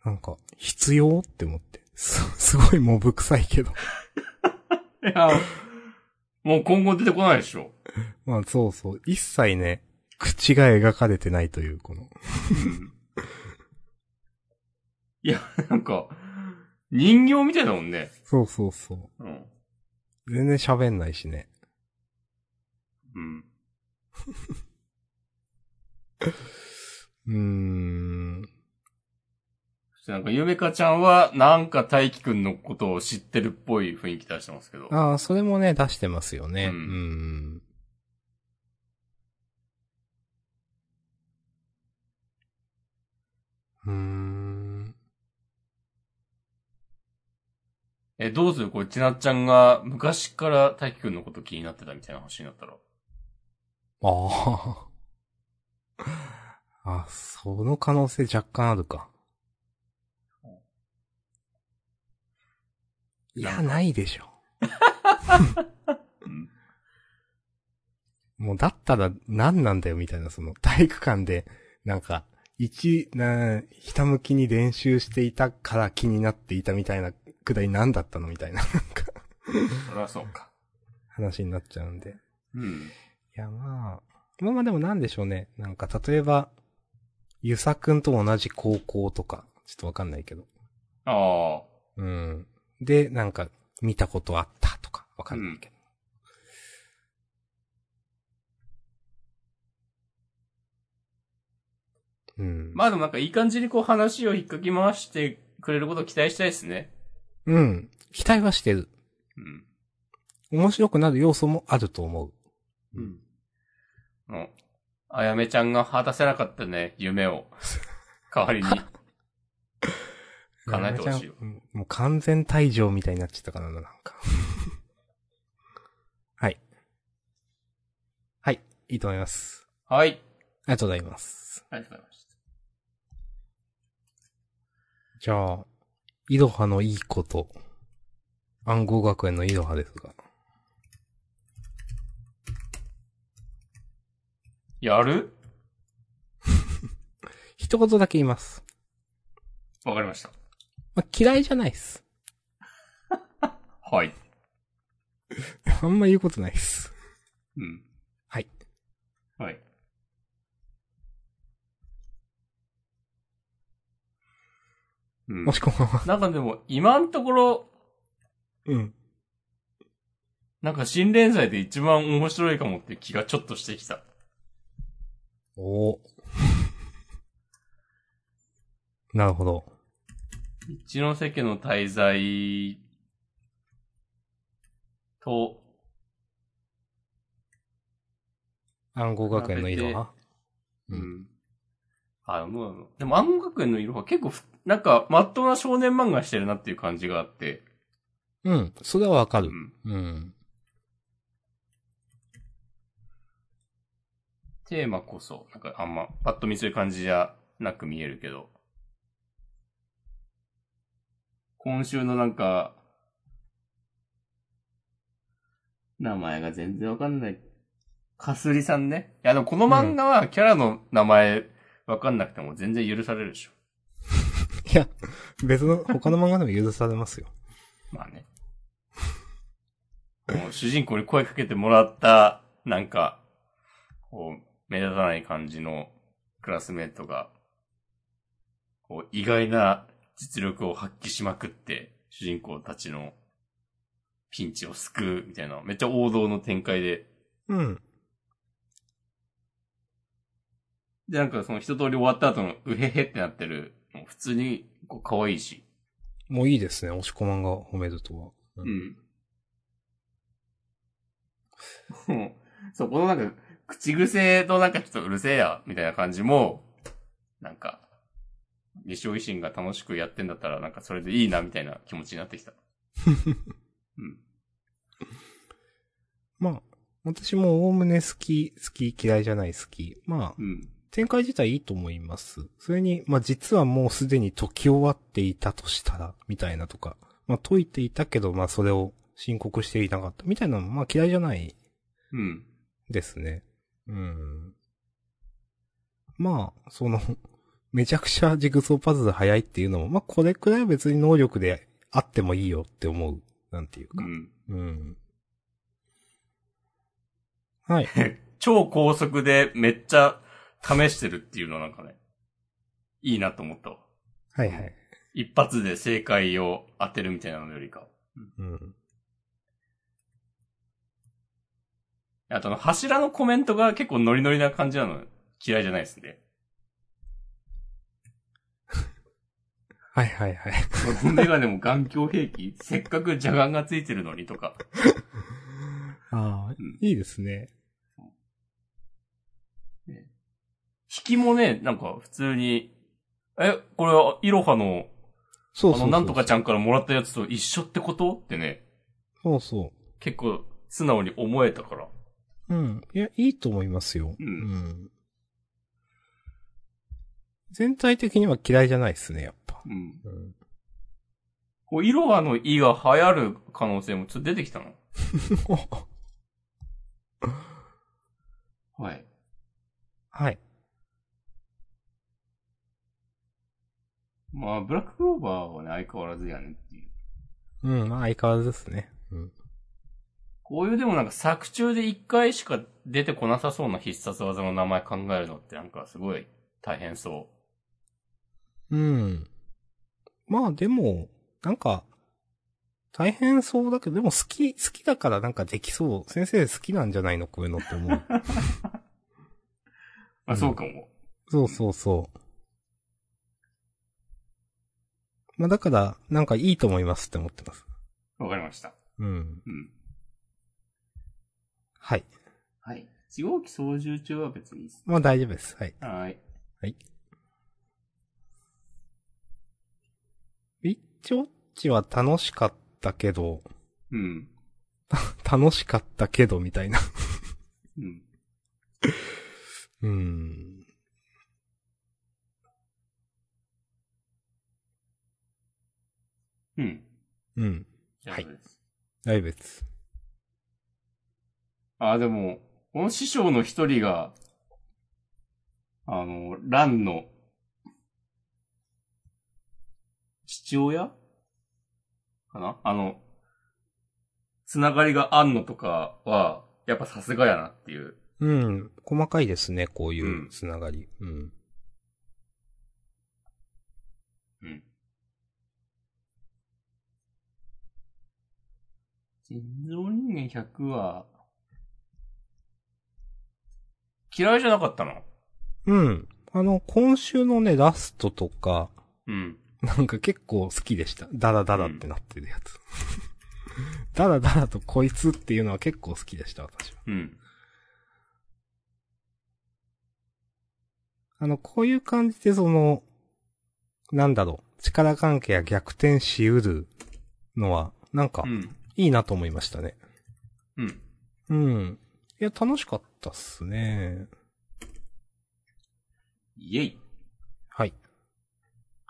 B: なんか、必要って思って。 す、すごいモブ臭いけど。
A: いや、もう今後出てこないでしょ。
B: まあそうそう。一切ね、口が描かれてないという、この。
A: いや、なんか、人形みたいだもんね。
B: そうそうそ
A: うん。
B: う。全然喋んないしね。
A: うん。
B: うーん。
A: そしてなんか、ゆめかちゃんは、なんか大輝くんのことを知ってるっぽい雰囲気出してますけど。
B: ああ、それもね、出してますよね。
A: う
B: うんん。うーん。
A: え、どうするこれ、ちなっちゃんが、昔から大輝くんのこと気になってたみたいな話になったら。
B: ああ。あ、その可能性若干あるか。いや、ないでしょ。
A: うん。
B: もうだったら何なんだよみたいな、その体育館で、なんか、一、な、ひたむきに練習していたから気になっていたみたいなくだり何だったのみたいな、なんか、
A: そりゃそうか。
B: 話になっちゃうんで。
A: うん。
B: いや、まあ、まあまあでもなんでしょうね。なんか、例えば、ゆさくんと同じ高校とか、ちょっとわかんないけど。
A: ああ。
B: うん。で、なんか、見たことあったとか、わかんないけど。うん。
A: まあでもなんか、いい感じにこう話を引っかき回してくれることを期待したいですね。
B: うん。期待はしてる。
A: うん。
B: 面白くなる要素もあると思う。
A: うん。の、あやめちゃんが果たせなかったね、夢を。 代わりに。叶えてほしいよ
B: なめちゃんうんもう完全退場みたいになっちゃったからな、なんか。 はい。はい。いいと思います。
A: はい。
B: ありがとうございます。
A: ありがとうございまし
B: じゃあ、いろはのいいこと。暗号学園のいろはですが。
A: た。やる
B: 一言だけ言います。
A: わかりました。
B: まあ、嫌いじゃないっす。
A: はい。
B: あんま言うことないっす。
A: うん。
B: はい。
A: はい。うん
B: も。しこまま。
A: なんかでも、今のところ、
B: うん。
A: なんか新連載で一番面白いかもっていう気がちょっとしてきた。
B: おー なるほど。
A: 一ノ瀬家の滞在と、
B: 暗号学園のいろは
A: う
B: うん
A: ん。あ、もう、でも暗号学園の色は結構ふ、なんか、まっとうな少年漫画してるなっていう感じがあって、
B: うん。それはわか
A: う
B: る。
A: ん。
B: うん。
A: テーマこそ、なんかあんま、パッと見せる感じじゃなく見えるけど、今週のなんか、名前が全然わかんない。かすりさんね。いや、でもこの漫画はキャラの名前わかんなくても全然許されるでしょ。
B: いや、別の、他の漫画でも許されますよ。
A: まあね。 もう主人公に声かけてもらった、なんか、こう、目立たない感じのクラスメートが、こう、意外な実力を発揮しまくって、主人公たちのピンチを救うみたいな、めっちゃ王道の展開で、
B: うん。
A: で、なんかその一通り終わった後のうへへってなってる、もう普通にこう可愛いし、
B: もういいですね、押し込まんが褒めるとは。
A: う
B: う
A: ん。もうそこのなんか、口癖となんかちょっとうるせえや、みたいな感じも、なんか、西尾維新が楽しくやってんだったら、なんかそれでいいな、みたいな気持ちになってきた。うん。
B: まあ、私もおおむね好き、好き、嫌いじゃない好き。まあ、
A: うん。
B: 展開自体いいと思います。それに、まあ実はもうすでに解き終わっていたとしたら、みたいなとか。まあ解いていたけど、まあそれを申告していなかった、みたいなのも、まあ嫌いじゃない
A: うん。
B: ですね。うん。まあ、その、 めちゃくちゃジグソーパズル早いっていうのも、まあこれくらいは別に能力であってもいいよって思う。なんていう
A: う
B: か。
A: ん。
B: うん。 はい。
A: 超高速でめっちゃ試してるっていうのはなんかね、いいなと思ったわ。
B: はいはい。
A: 一発で正解を当てるみたいなのよりか。
B: うん。
A: あとあの、柱のコメントが結構ノリノリな感じなの嫌いじゃないですね。
B: はいはいはい。
A: このメガネも眼鏡兵器せっかく邪眼がついてるのにとか。
B: ああ、
A: うん
B: いいですね。
A: 引きもね、なんか普通に、え、これはイロハの、
B: そ
A: あ
B: うそうそう。
A: の、なんとかちゃんからもらったやつと一緒ってことってね、
B: そうそ
A: 結構素直に思えたから。
B: う。うん。いや、いいと思いますよ。
A: うん
B: ん全体的には嫌いじゃないですね、やっぱ
A: う。ん。
B: うん。
A: こう、イロハのイが流行る可能性もちょっと出てきたの。はい。
B: はい。
A: まあ、ブラッククローバーはね、相変わらずやねっていう。
B: うん、まあ相変わらずですね。うん。
A: こういうでもなんか作中で一回しか出てこなさそうな必殺技の名前考えるのってなんかすごい大変そ
B: うん。まあでも、なんか、大変そうだけど、でも好き、好きだからなんかできそう。先生好きなんじゃないのこういうのって思 う。
A: う。まあそうかも。
B: そうそうそう。まあだから、なんかいいと思いますって思ってます。
A: わ、かりました。
B: うん。
A: うん。
B: はい。
A: はい。1号機操縦中は別にいいです。
B: まあ大丈夫です。はい。
A: はい。
B: ウィッチウォッチは楽しかったけど、
A: うん。
B: 楽しかったけどみたいな。
A: うん。
B: うん。
A: うん。
B: うん。
A: 大丈夫です。
B: 大丈夫です。
A: あ、でも、この師匠の一人が、あの、ランの、父親かなあの、つながりがあんのとかは、やっぱさすがやなっていう。
B: うん。細かいですね、こういううんつながり。うん。
A: うん。人造人間100は、嫌いじゃなかったの
B: うん。あの、今週のね、ラストとか、
A: うん。
B: なんか結構好きでした。ダラダラってなってるやつ。ダラダラとこいつっていうのは結構好きでした、私は。
A: うん。
B: あの、こういう感じでその、なんだろう、力関係が逆転しうるのは、なんか
A: う、ん。
B: いいなと思いましたね。
A: うん。
B: うん。いや、楽しかったっすね。
A: イェイ。
B: はい。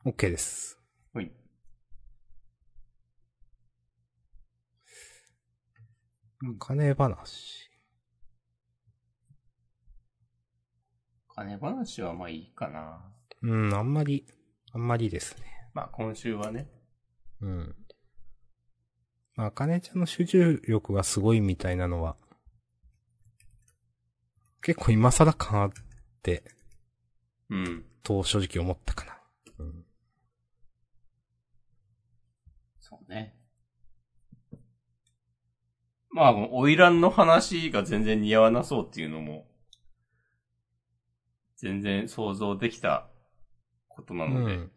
B: OK です。
A: はい。
B: 金話。
A: 金話はまあいいかな。
B: うん、あんまり、あんまりですね。
A: まあ今週はね。
B: うん。まあ、あかねちゃんの集中力がすごいみたいなのは、結構今更感あって、
A: うん。
B: と正直思ったかな。うん。
A: そうね。まあ、オイランの話が全然似合わなそうっていうのも、全然想像できたことなので、
B: うん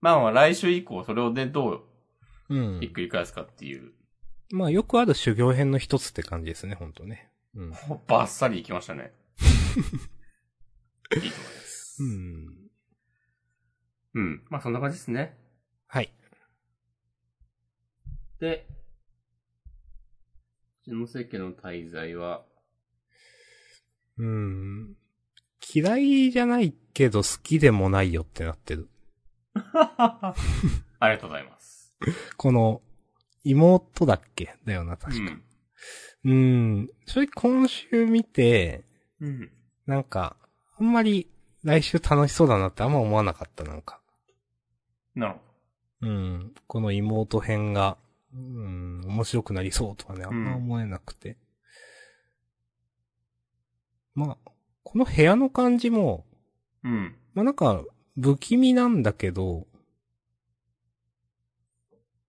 A: まあまあ来週以降それをね、ど
B: う
A: うんひっ。くり返すかっていう、
B: まあ、よくある修行編の一つって感じですね、ほんとね。うん。
A: バッサリいきましたね。いいと思います。
B: うん。
A: うん。まあそんな感じですね。
B: はい。
A: で、一ノ瀬家の滞在 は、
B: うん。嫌いじゃないけど好きでもないよってなってる。
A: ありがとうございます。
B: この、妹だっけだよな、確か。うん。それ今週見て、
A: うん。うん。
B: なんか、あんまり来週楽しそうだなってあんま思わなかった、なんか。
A: なるほど。
B: うん。この妹編が、うん、面白くなりそうとかね、あんま思えなくて。まあ、この部屋の感じも、
A: うん。
B: まあなんか、不気味なんだけど、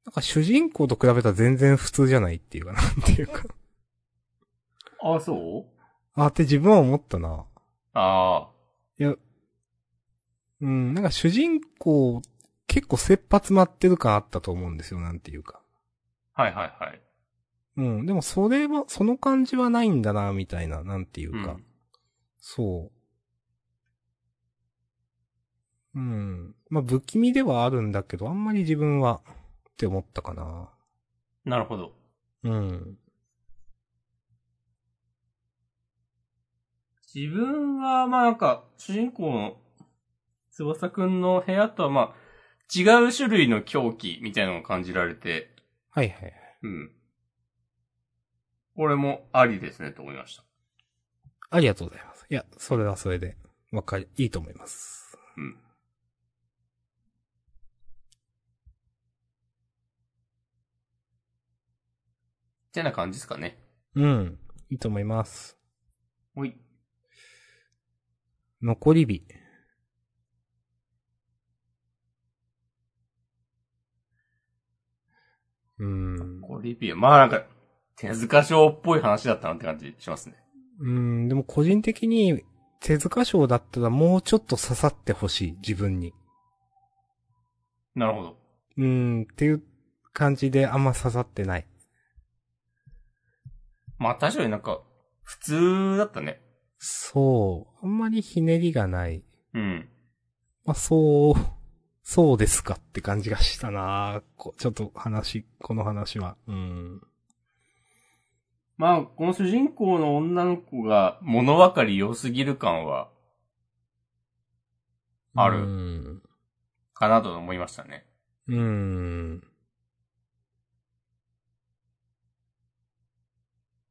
B: なんか主人公と比べたら全然普通じゃないっていうかな、なんていうか。
A: あ、そう
B: あって自分は思ったな。
A: ああ。
B: いや、うん、なんか主人公、結構切羽詰まってる感あったと思うんですよ、なんていうか。
A: はいはいはい。
B: うん、でもそれは、その感じはないんだな、みたいな、なんていう
A: う
B: か。
A: ん。
B: そう。うん。まあ、不気味ではあるんだけど、あんまり自分は、って思ったかな。
A: なるほど。
B: うん。
A: 自分は、まあなんか、主人公の、翼くんの部屋とはまあ、違う種類の狂気みたいなのを感じられて、
B: はいはいはい。
A: うん。これもありですね、と思いました。
B: ありがとうございます。いや、それはそれで、わかり、いいと思います。
A: うん。てな感じですかね。
B: うん。いいと思います。
A: ほい。
B: 残り日。うん。
A: これリビア。まあなんか、手塚賞っぽい話だったなって感じしますね。
B: うん、でも個人的に、手塚賞だったらもうちょっと刺さってほしい、自分に。
A: なるほど。
B: うん、っていう感じであんま刺さってない。
A: まあ確かになんか、普通だったね。
B: そう。あんまりひねりがない。
A: うん。
B: まあ、そう、そうですかって感じがしたなこちょっと話、この話は。うん。
A: まあ、この主人公の女の子が物分かり良すぎる感は、ある
B: うん。
A: かなと思いましたね。
B: うん。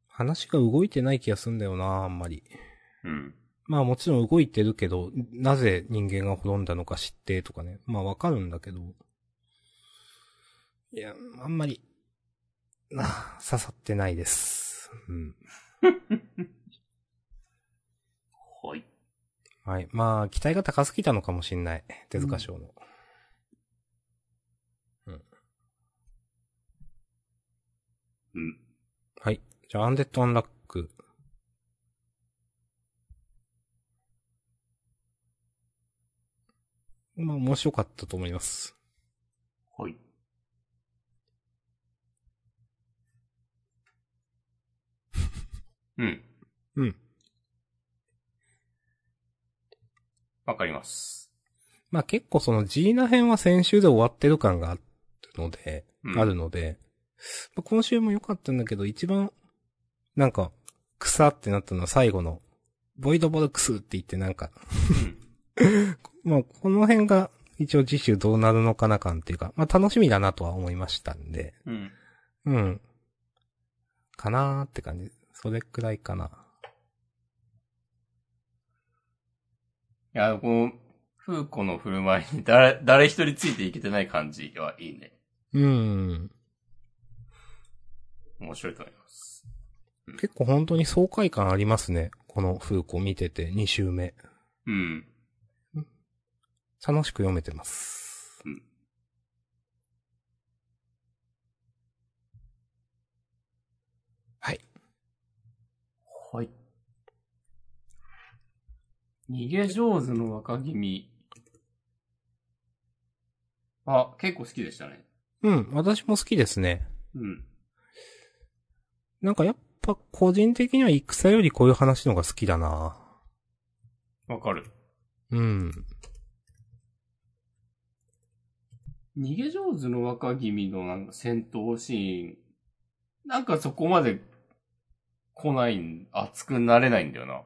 B: 話が動いてない気がすんだよなあんまり。
A: うん。
B: まあもちろん動いてるけど、なぜ人間が滅んだのか知ってとかね。まあわかるんだけど。いや、あんまり、な、刺さってないです。うん。
A: はい。
B: はい。まあ、期待が高すぎたのかもしんない。手塚賞の。
A: うん。
B: はい。じゃあ、アンデッド・アンラック。まあ、面白かったと思います。
A: はい。うん。
B: うん。
A: わかります。
B: まあ結構そのジーナ編は先週で終わってる感があるので、
A: うん
B: あるので、まあ今週も良かったんだけど、一番、なんか、草ってなったのは最後の、ボイドボルクスって言ってなんか、 まあ、この辺が一応次週どうなるのかな感っていうか、まあ楽しみだなとは思いましたんで、
A: うん。
B: うん。かなーって感じ。それくらいかな。
A: いや、この、風子の振る舞いに誰、誰一人ついていけてない感じはいいね。
B: うん。
A: 面白いと思います。
B: 結構本当に爽快感ありますね。この風子見てて2週目。
A: うん。
B: 楽しく読めてます。
A: うん
B: はい。
A: はい。逃げ上手の若君。あ、結構好きでしたね。
B: うん、私も好きですね。
A: うん。
B: なんかやっぱ個人的には戦よりこういう話のが好きだな
A: わかる。
B: うん。
A: 逃げ上手の若君のなんか戦闘シーン、なんかそこまで来ないん、熱くなれないんだよな。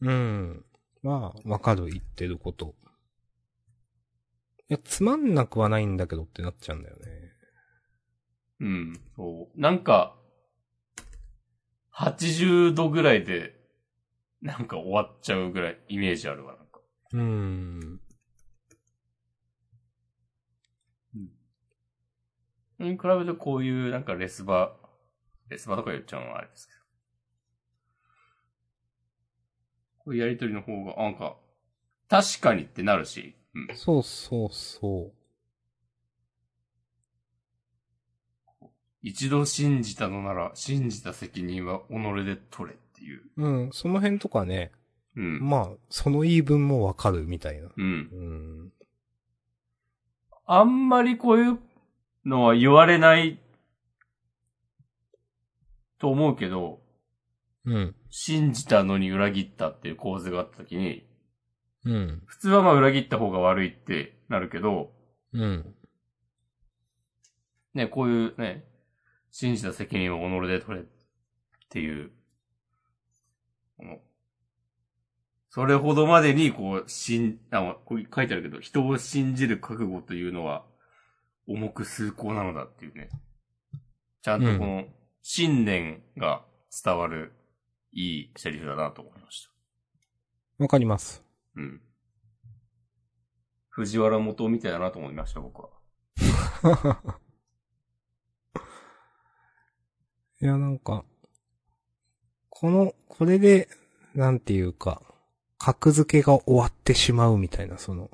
B: うん。まあ、わかる、言ってること。いや、つまんなくはないんだけどってなっちゃうんだよね。
A: うん。そう。なんか、80度ぐらいで、なんか終わっちゃうぐらいイメージあるわ、なんか。
B: うん。
A: それに比べてこういうなんかレスバ、レスバとか言っちゃうのはあれですけど。こういうやりとりの方が、なんか、確かにってなるし、うん。
B: そうそうそう。
A: 一度信じたのなら、信じた責任は己で取れっていう。
B: うん、その辺とかね、
A: うん。
B: まあ、その言い分もわかるみたいな。
A: うん
B: う。ん。
A: あんまりこういうのは言われないと思うけど、
B: うん。
A: 信じたのに裏切ったっていう構図があった時に、
B: うん。
A: 普通はまあ裏切った方が悪いってなるけど、
B: うん。
A: ね、こういうね、信じた責任を己で取れっていう、このそれほどまでに、こう、しん、あ、こう書いてあるけど、人を信じる覚悟というのは、重く崇高なのだっていうね。ちゃんとこの、信念が伝わる、いいセリフだなと思いまし
B: わかります。
A: た。うん。藤原元みたいだなと思いました、僕は。
B: いや、なんか、この、これで、なんていうか、格付けが終わってしまうみたいな、その、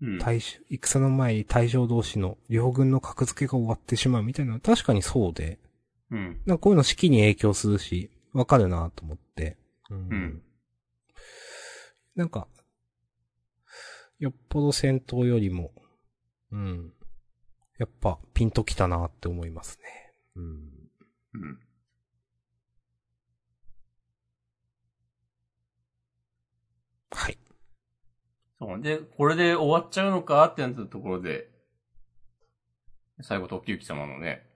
A: うん。
B: 対し戦の前に大将同士の両軍の格付けが終わってしまうみたいなのは確かにそうで、
A: うん。
B: なんかこういうの士気に影響するし、わかるなと思って。うんなんか、よっぽど戦闘よりも、うん。やっぱピンときたなって思いますね。うん。
A: うん。
B: はい。
A: そう。で、これで終わっちゃうのかってなったところで、最後、特急機様のね、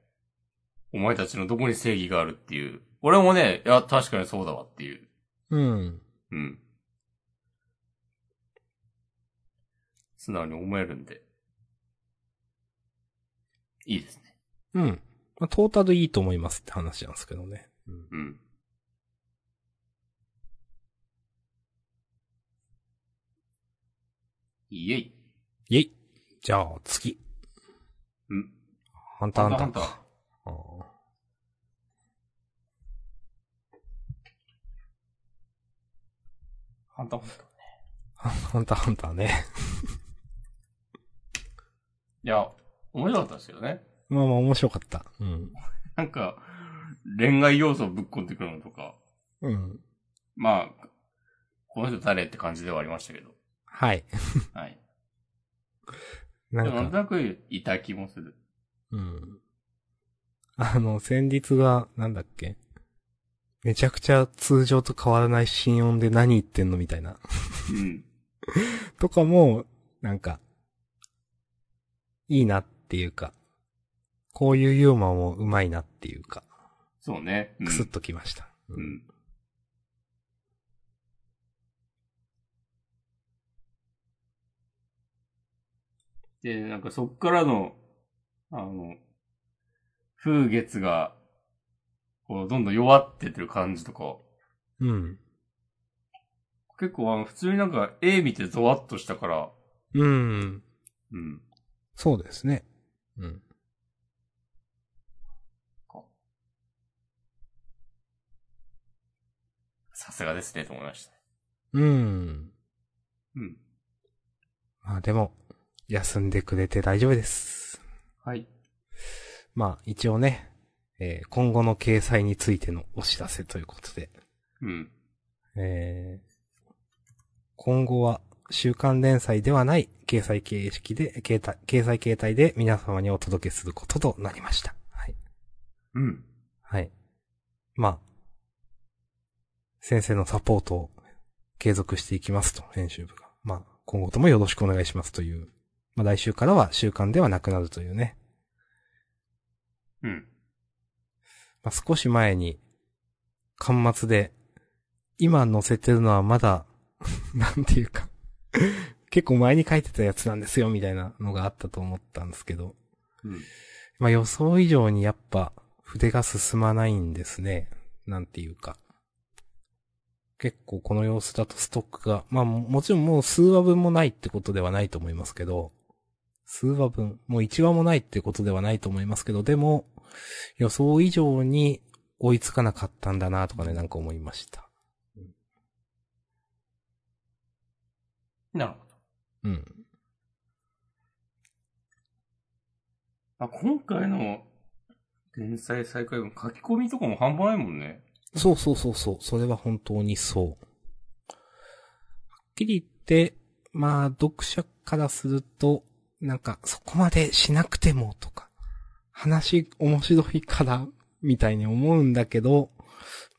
A: お前たちのどこに正義があるっていう。俺もね、いや、確かにそうだわっていう。
B: うん。
A: うん。素直に思えるんで。いいですね。
B: うん。まあ、トータルいいと思いますって話なんですけどね。うん
A: うん。イェイ。
B: イェイじゃあ次。
A: うん。
B: ハンターハンター。
A: ハンターハン
B: あー
A: ハンターハンター。
B: ハンターハンターね。
A: いや、面白かったですけどね。
B: まあまあ面白かった。うん。
A: なんか、恋愛要素をぶっ込んでくるのとか、
B: うん。
A: まあ、この人誰って感じではありましたけど。
B: はい。
A: はい。
B: な
A: で
B: ん
A: もなんと
B: か、
A: なくいた気もする。
B: うん。あの、先日が、なんだっけ。めちゃくちゃ通常と変わらない心音で何言ってんのみたいな。
A: うん。
B: とかも、なんか、いいなっていうか、こういうユーモアもうまいなっていうか、
A: そうね。うん
B: くすっときました。う
A: うんん。で、なんかそっからの、あの、風月が、こう、どんどん弱ってってる感じとか、
B: うん。
A: 結構あの、普通になんか絵見てゾワッとしたから、
B: うん。
A: うん。
B: そうですね。うん。
A: さすがですね、と思いました。
B: うん。
A: うん。
B: まあでも、休んでくれて大丈夫です。
A: はい。
B: まあ一応ね、えー今後の掲載についてのお知らせということで、
A: うん。
B: えー今後は週刊連載ではない掲載形式で、掲載掲載形態で皆様にお届けすることとなりました。はい。
A: うん。
B: はい。まあ、先生のサポートを継続していきますと、編集部が。まあ、今後ともよろしくお願いしますという。まあ来週からは週刊ではなくなるというね。
A: うん。
B: まあ、少し前に、端末で、今載せてるのはまだ、 なんていうか、結構前に書いてたやつなんですよ、みたいなのがあったと思ったんですけど、
A: うん。
B: まあ予想以上にやっぱ筆が進まないんですね。なんていうか。結構この様子だとストックが、まあももちろんもう数話分もないってことではないと思いますけど、数話分、もう1話もないってことではないと思いますけど、でも予想以上に追いつかなかったんだなとかね、なんか思いました。
A: なるほど。
B: うん。
A: あ、今回の、連載再開分、書き込みとかも半端ないもんね。
B: そうそうそうそう。それは本当にそう。はっきり言って、まあ、読者からすると、なんか、そこまでしなくてもとか、話面白いから、みたいに思うんだけど、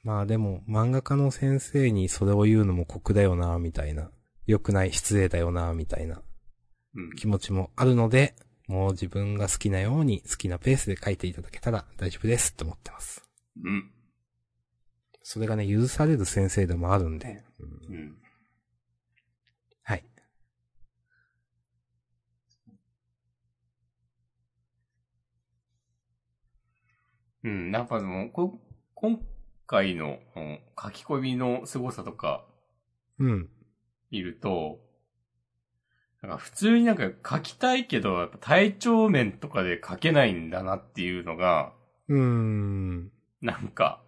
B: まあでも、漫画家の先生にそれを言うのも酷だよな、みたいな。良くない、失礼だよな、みたいな
A: うん。
B: 気持ちもあるので、もう自分が好きなように好きなペースで書いていただけたら大丈夫ですと思ってます。
A: うん。
B: それがね、許される先生でもあるんで。
A: うん。
B: はい。
A: うん、なんかでも、こ今回のうん書き込みの凄さとか
B: うん。
A: 見ると、なんか普通になんか書きたいけど、やっぱ体調面とかで書けないんだなっていうのが、
B: うーん。
A: なんか、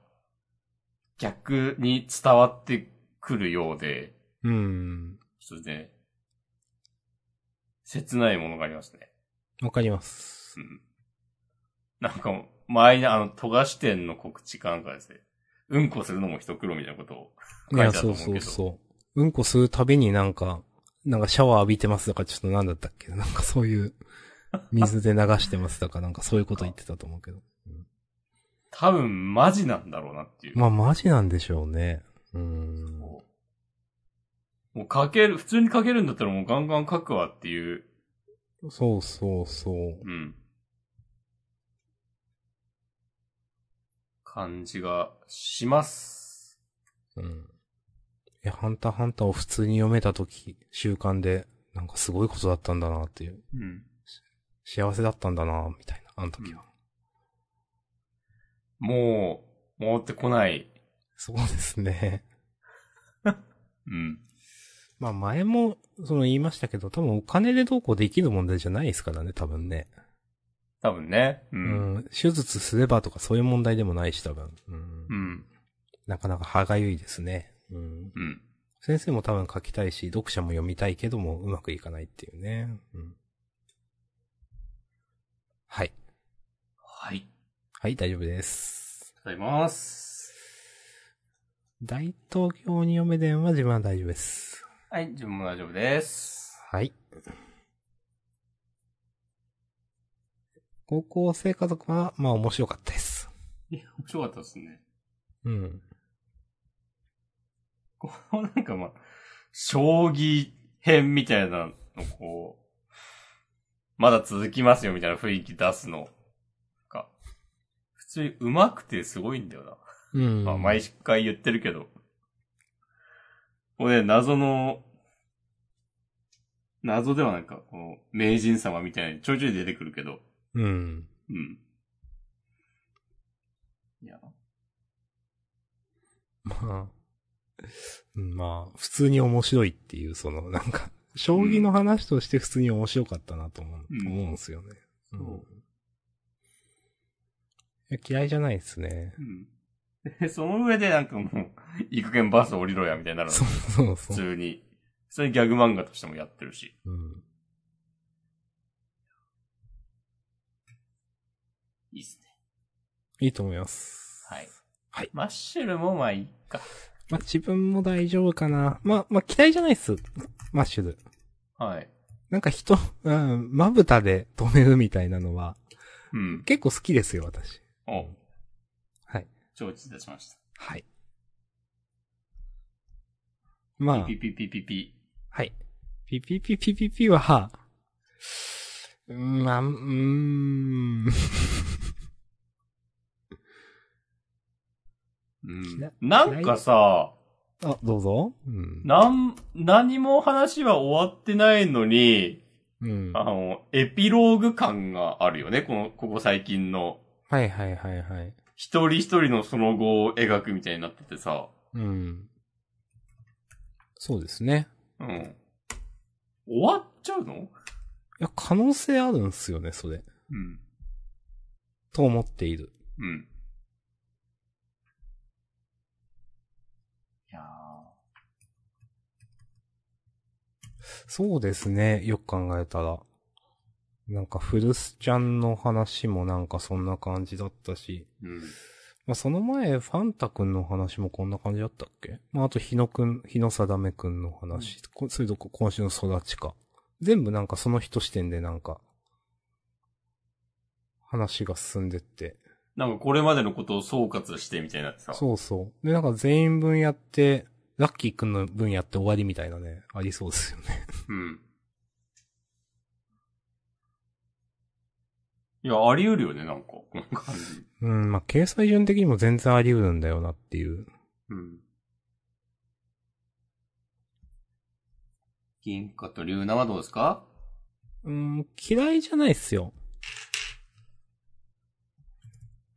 A: 逆に伝わってくるようで、
B: うーん。
A: それで、切ないものがありますね。
B: わかります
A: う。ん。なんか、前にあの、富樫店の告知かなんかですね。うんこするのも一苦労みたいなことを書
B: い
A: いてあ
B: や、
A: ったと
B: そう
A: 思う
B: そ
A: けど。
B: うそう。うんこするたびになんか、なんかシャワー浴びてますとか、ちょっとなんだったっけなんかそういう、水で流してますとか、なんかそういうこと言ってたと思 うけど。
A: 多分、マジなんだろうなっていう。
B: まあ、マジなんでしょうね。うーん。
A: こうもう書ける、普通に書けるんだったらもうガンガン書くわっていう。
B: そうそうそう。
A: うん。感じがします。
B: うん。いや、ハンターハンターを普通に読めたとき、習慣で、なんかすごいことだったんだなっていう。
A: うん。
B: 幸せだったんだなみたいな、あの時は。
A: もう、戻ってこない。
B: そうですね。
A: うん。
B: まあ前も、その言いましたけど、多分お金でどうこうできる問題じゃないですからね、多分ね。
A: 多分ね。う。
B: うんん。手術すればとかそういう問題でもないし、多分。うん。
A: うん。
B: なかなか歯がゆいですね。うん。
A: うん。
B: 先生も多分書きたいし、読者も読みたいけども、うまくいかないっていうね。うん。はい。
A: はい。
B: はい、大丈夫です。
A: ありがとうございます。
B: 大東京に嫁伝は自分は大丈夫です。
A: はい、自分も大丈夫です。
B: はい。高校生家族は、まあ面白かったです。
A: いや、面白かったですね。
B: うん。
A: このなんかまあ、将棋編みたいなのこう、まだ続きますよみたいな雰囲気出すの、通に上手くてすごいんだよな。
B: うん。
A: まあ、毎回言ってるけど。これ、ね、謎の、謎ではなんか、この、名人様みたいにちょいちょい出てくるけど、
B: うん。
A: うん。いや、
B: まあ、うんまあ、普通に面白いっていう、その、なんか、将棋の話として普通に面白かったなと思う、
A: うん
B: 思うんですよね。うん
A: そう
B: いや嫌いじゃないですね。
A: うん。で、その上でなんかもう、いい加減バス降りろや、みたいになるの。
B: そうそう
A: 普
B: そう。
A: 通に。普通にギャグ漫画としてもやってるし。
B: うん。
A: いいっすね。
B: いいと思います。
A: はい。
B: はい。
A: マッシュルもまあいいか。
B: まあ、自分も大丈夫かな。まあ、まあ、嫌いじゃないっす。マッシュル。
A: はい。
B: なんか人、 うん、まぶたで止めるみたいなのは、
A: うん。
B: 結構好きですよ、私。
A: お、
B: はい。
A: 承知いたしました。
B: はい。まあ
A: ピ、ピピピピ。
B: はい。ピピピピピピは、うーんまあ、うーん。
A: うん
B: 嫌。
A: なんかさ、
B: あ、どうぞ。うん。
A: なん、何も話は終わってないのに、
B: うん。
A: あ
B: は
A: の、エピローグ感があるよね。この、ここ最近の、
B: いはいはいはい。
A: 一人一人のその後を描くみたいになっててさ、
B: うん。そうですね。
A: うん。終わっちゃうの
B: いや、可能性あるんすよね、それ。
A: うん。
B: と思っている。
A: うん。いや
B: そうですね、よく考えたら。なんか、古巣ちゃんの話もなんかそんな感じだったし。
A: ーうん。
B: まあ、その前、ファンタ君の話もこんな感じだったっけまあ、あと、日野君、日野定め君の話、こそれとこ今週の育ちか。全部なんかその人視点でなんか、話が進んでって。
A: なんかこれまでのことを総括してみたいになってさ。
B: そうそう。で、なんか全員分やって、ラッキー君の分やって終わりみたいなね、ありそうですよね。
A: うん。いや、あり得るよね、なんか。この感じ。
B: うん、まあ、掲載順的にも全然あり得るんだよなっていう。
A: うん。銀貨と龍奈はどうですか
B: うん、嫌いじゃないっすよ。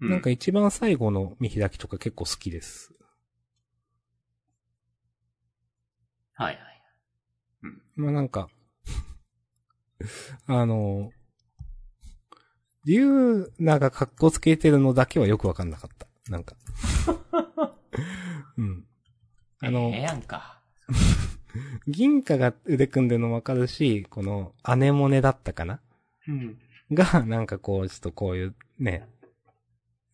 B: なんか、一番最後の見開きとか結構好きです。
A: うんはいはい。
B: まあ、なんか、 あの、竜奈が格好つけてるのだけはよくわかんなかった。なんか。うん。あの
A: ええやんか。
B: 銀貨が腕組んでるのわかるし、この、アネモネだったかな
A: うん。
B: が、なんかこう、ちょっとこういう、ね、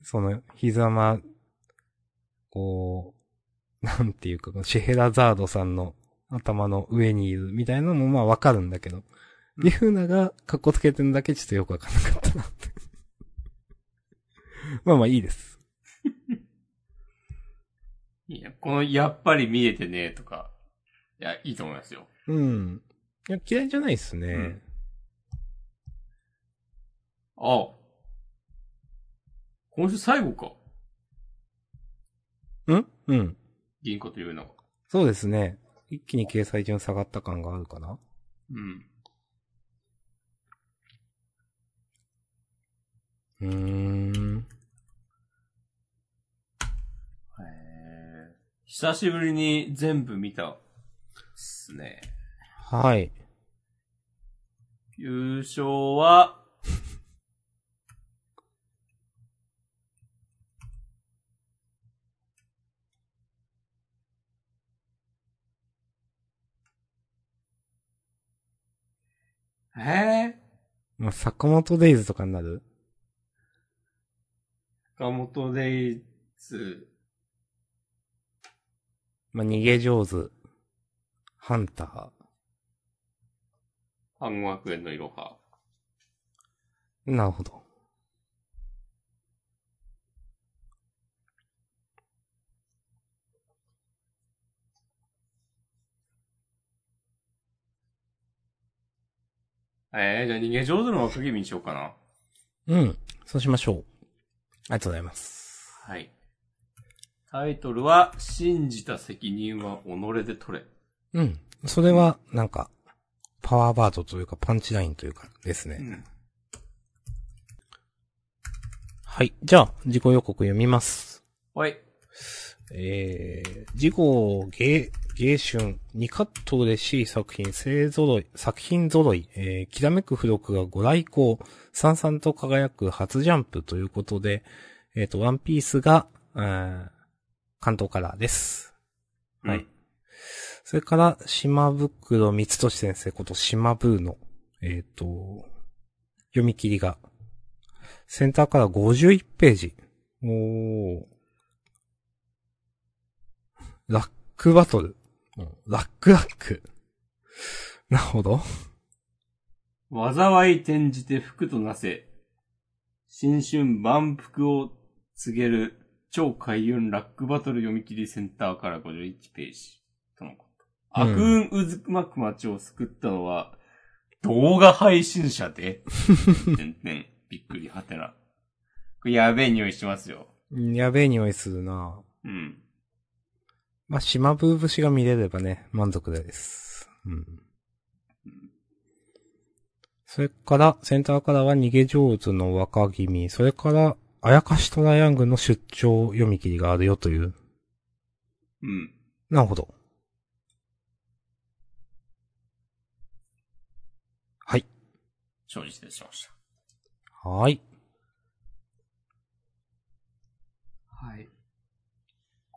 B: その、膝ま、こう、なんていうか、このシェヘラザードさんの頭の上にいるみたいなのもまあわかるんだけど、リフナが格好つけてるだけちょっとよくわかんなかったな って。まあまあいいです。
A: いや、この、やっぱり見えてねとか。いや、いいと思いますよ。
B: うん。いや、嫌いじゃないっすね。
A: あ今週最後か。
B: うん、うん、
A: 銀貨と龍奈は。
B: そうですね。一気に掲載順下がった感があるかな。
A: うん。
B: うーん。
A: へー久しぶりに全部見たっすね。
B: はい。
A: 優勝は、え
B: まあ、坂本デイズとかになる
A: ー、坂本デイズ、
B: まあ、逃げ上手。ハンター。
A: 半語学園のいろは。
B: なるほど。
A: えー、じゃあ逃げ上手の若君にしようかな。
B: うん。そうしましょう。りがとうございます。
A: はい。タイトルは、信じた責任は己で取れ。
B: うん。それは、なんか、パワーバードというか、パンチラインというかですね。
A: ん。
B: はい。じゃあ、事故予告読みます。
A: はい。
B: えー、事後、芸、芸春、にカット嬉しい作品、勢揃い、作品揃い、えー、きらめく付録がご来光、さんさんと輝く初ジャンプということで、えっ、と、ワンピースが、うーん関東からです。はい
A: うん。
B: それから、島袋光俊先生こと島ブーの、えっ、と、読み切りが、センターから51ページ。おー。ラックバトル。ラックラック。なるほど。
A: 災い転じて福となせ、新春万福を告げる超開運ラックバトル読み切りセンターから51ページ。とのこと。
B: うん
A: 悪運うずくまく街を救ったのは、動画配信者で、てんてんびっくりはてな。これやべえ匂いしますよ。
B: やべえ匂いするな
A: うん。
B: まあ、島ブー節が見れればね、満足です。うん。それから、センターからは逃げ上手の若君、それから、あやかしトライアングルの出張読み切りがあるよという。
A: うん。
B: なるほど。
A: 承知失礼しました。
B: はーい。
A: はい。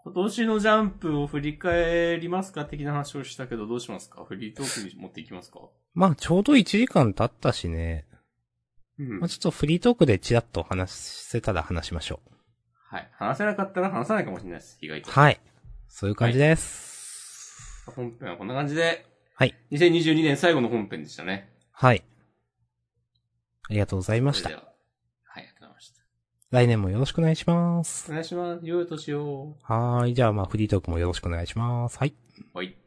A: 今年のジャンプを振り返りますか的な話をしたけど、どうしますかフリートークに持っていきますか
B: まあ、ちょうど1時間経ったしね。
A: うん
B: まあ、ちょっとフリートークでチラッと話せたら話しましょう。
A: はい。話せなかったら話さないかもしれないです。意外と。
B: はい。そういう感じです。
A: 本編はこんな感じで。
B: はい。
A: 2022年最後の本編でしたね。
B: はい。ありがとうございまし
A: それ
B: た
A: で。は。はい、ありがとうございました。
B: 来年もよろしくお願いします
A: お。願いします。良いお年を。
B: はーい。じゃあ、まあ、フリートークもよろしくお願いします。はい。
A: はい。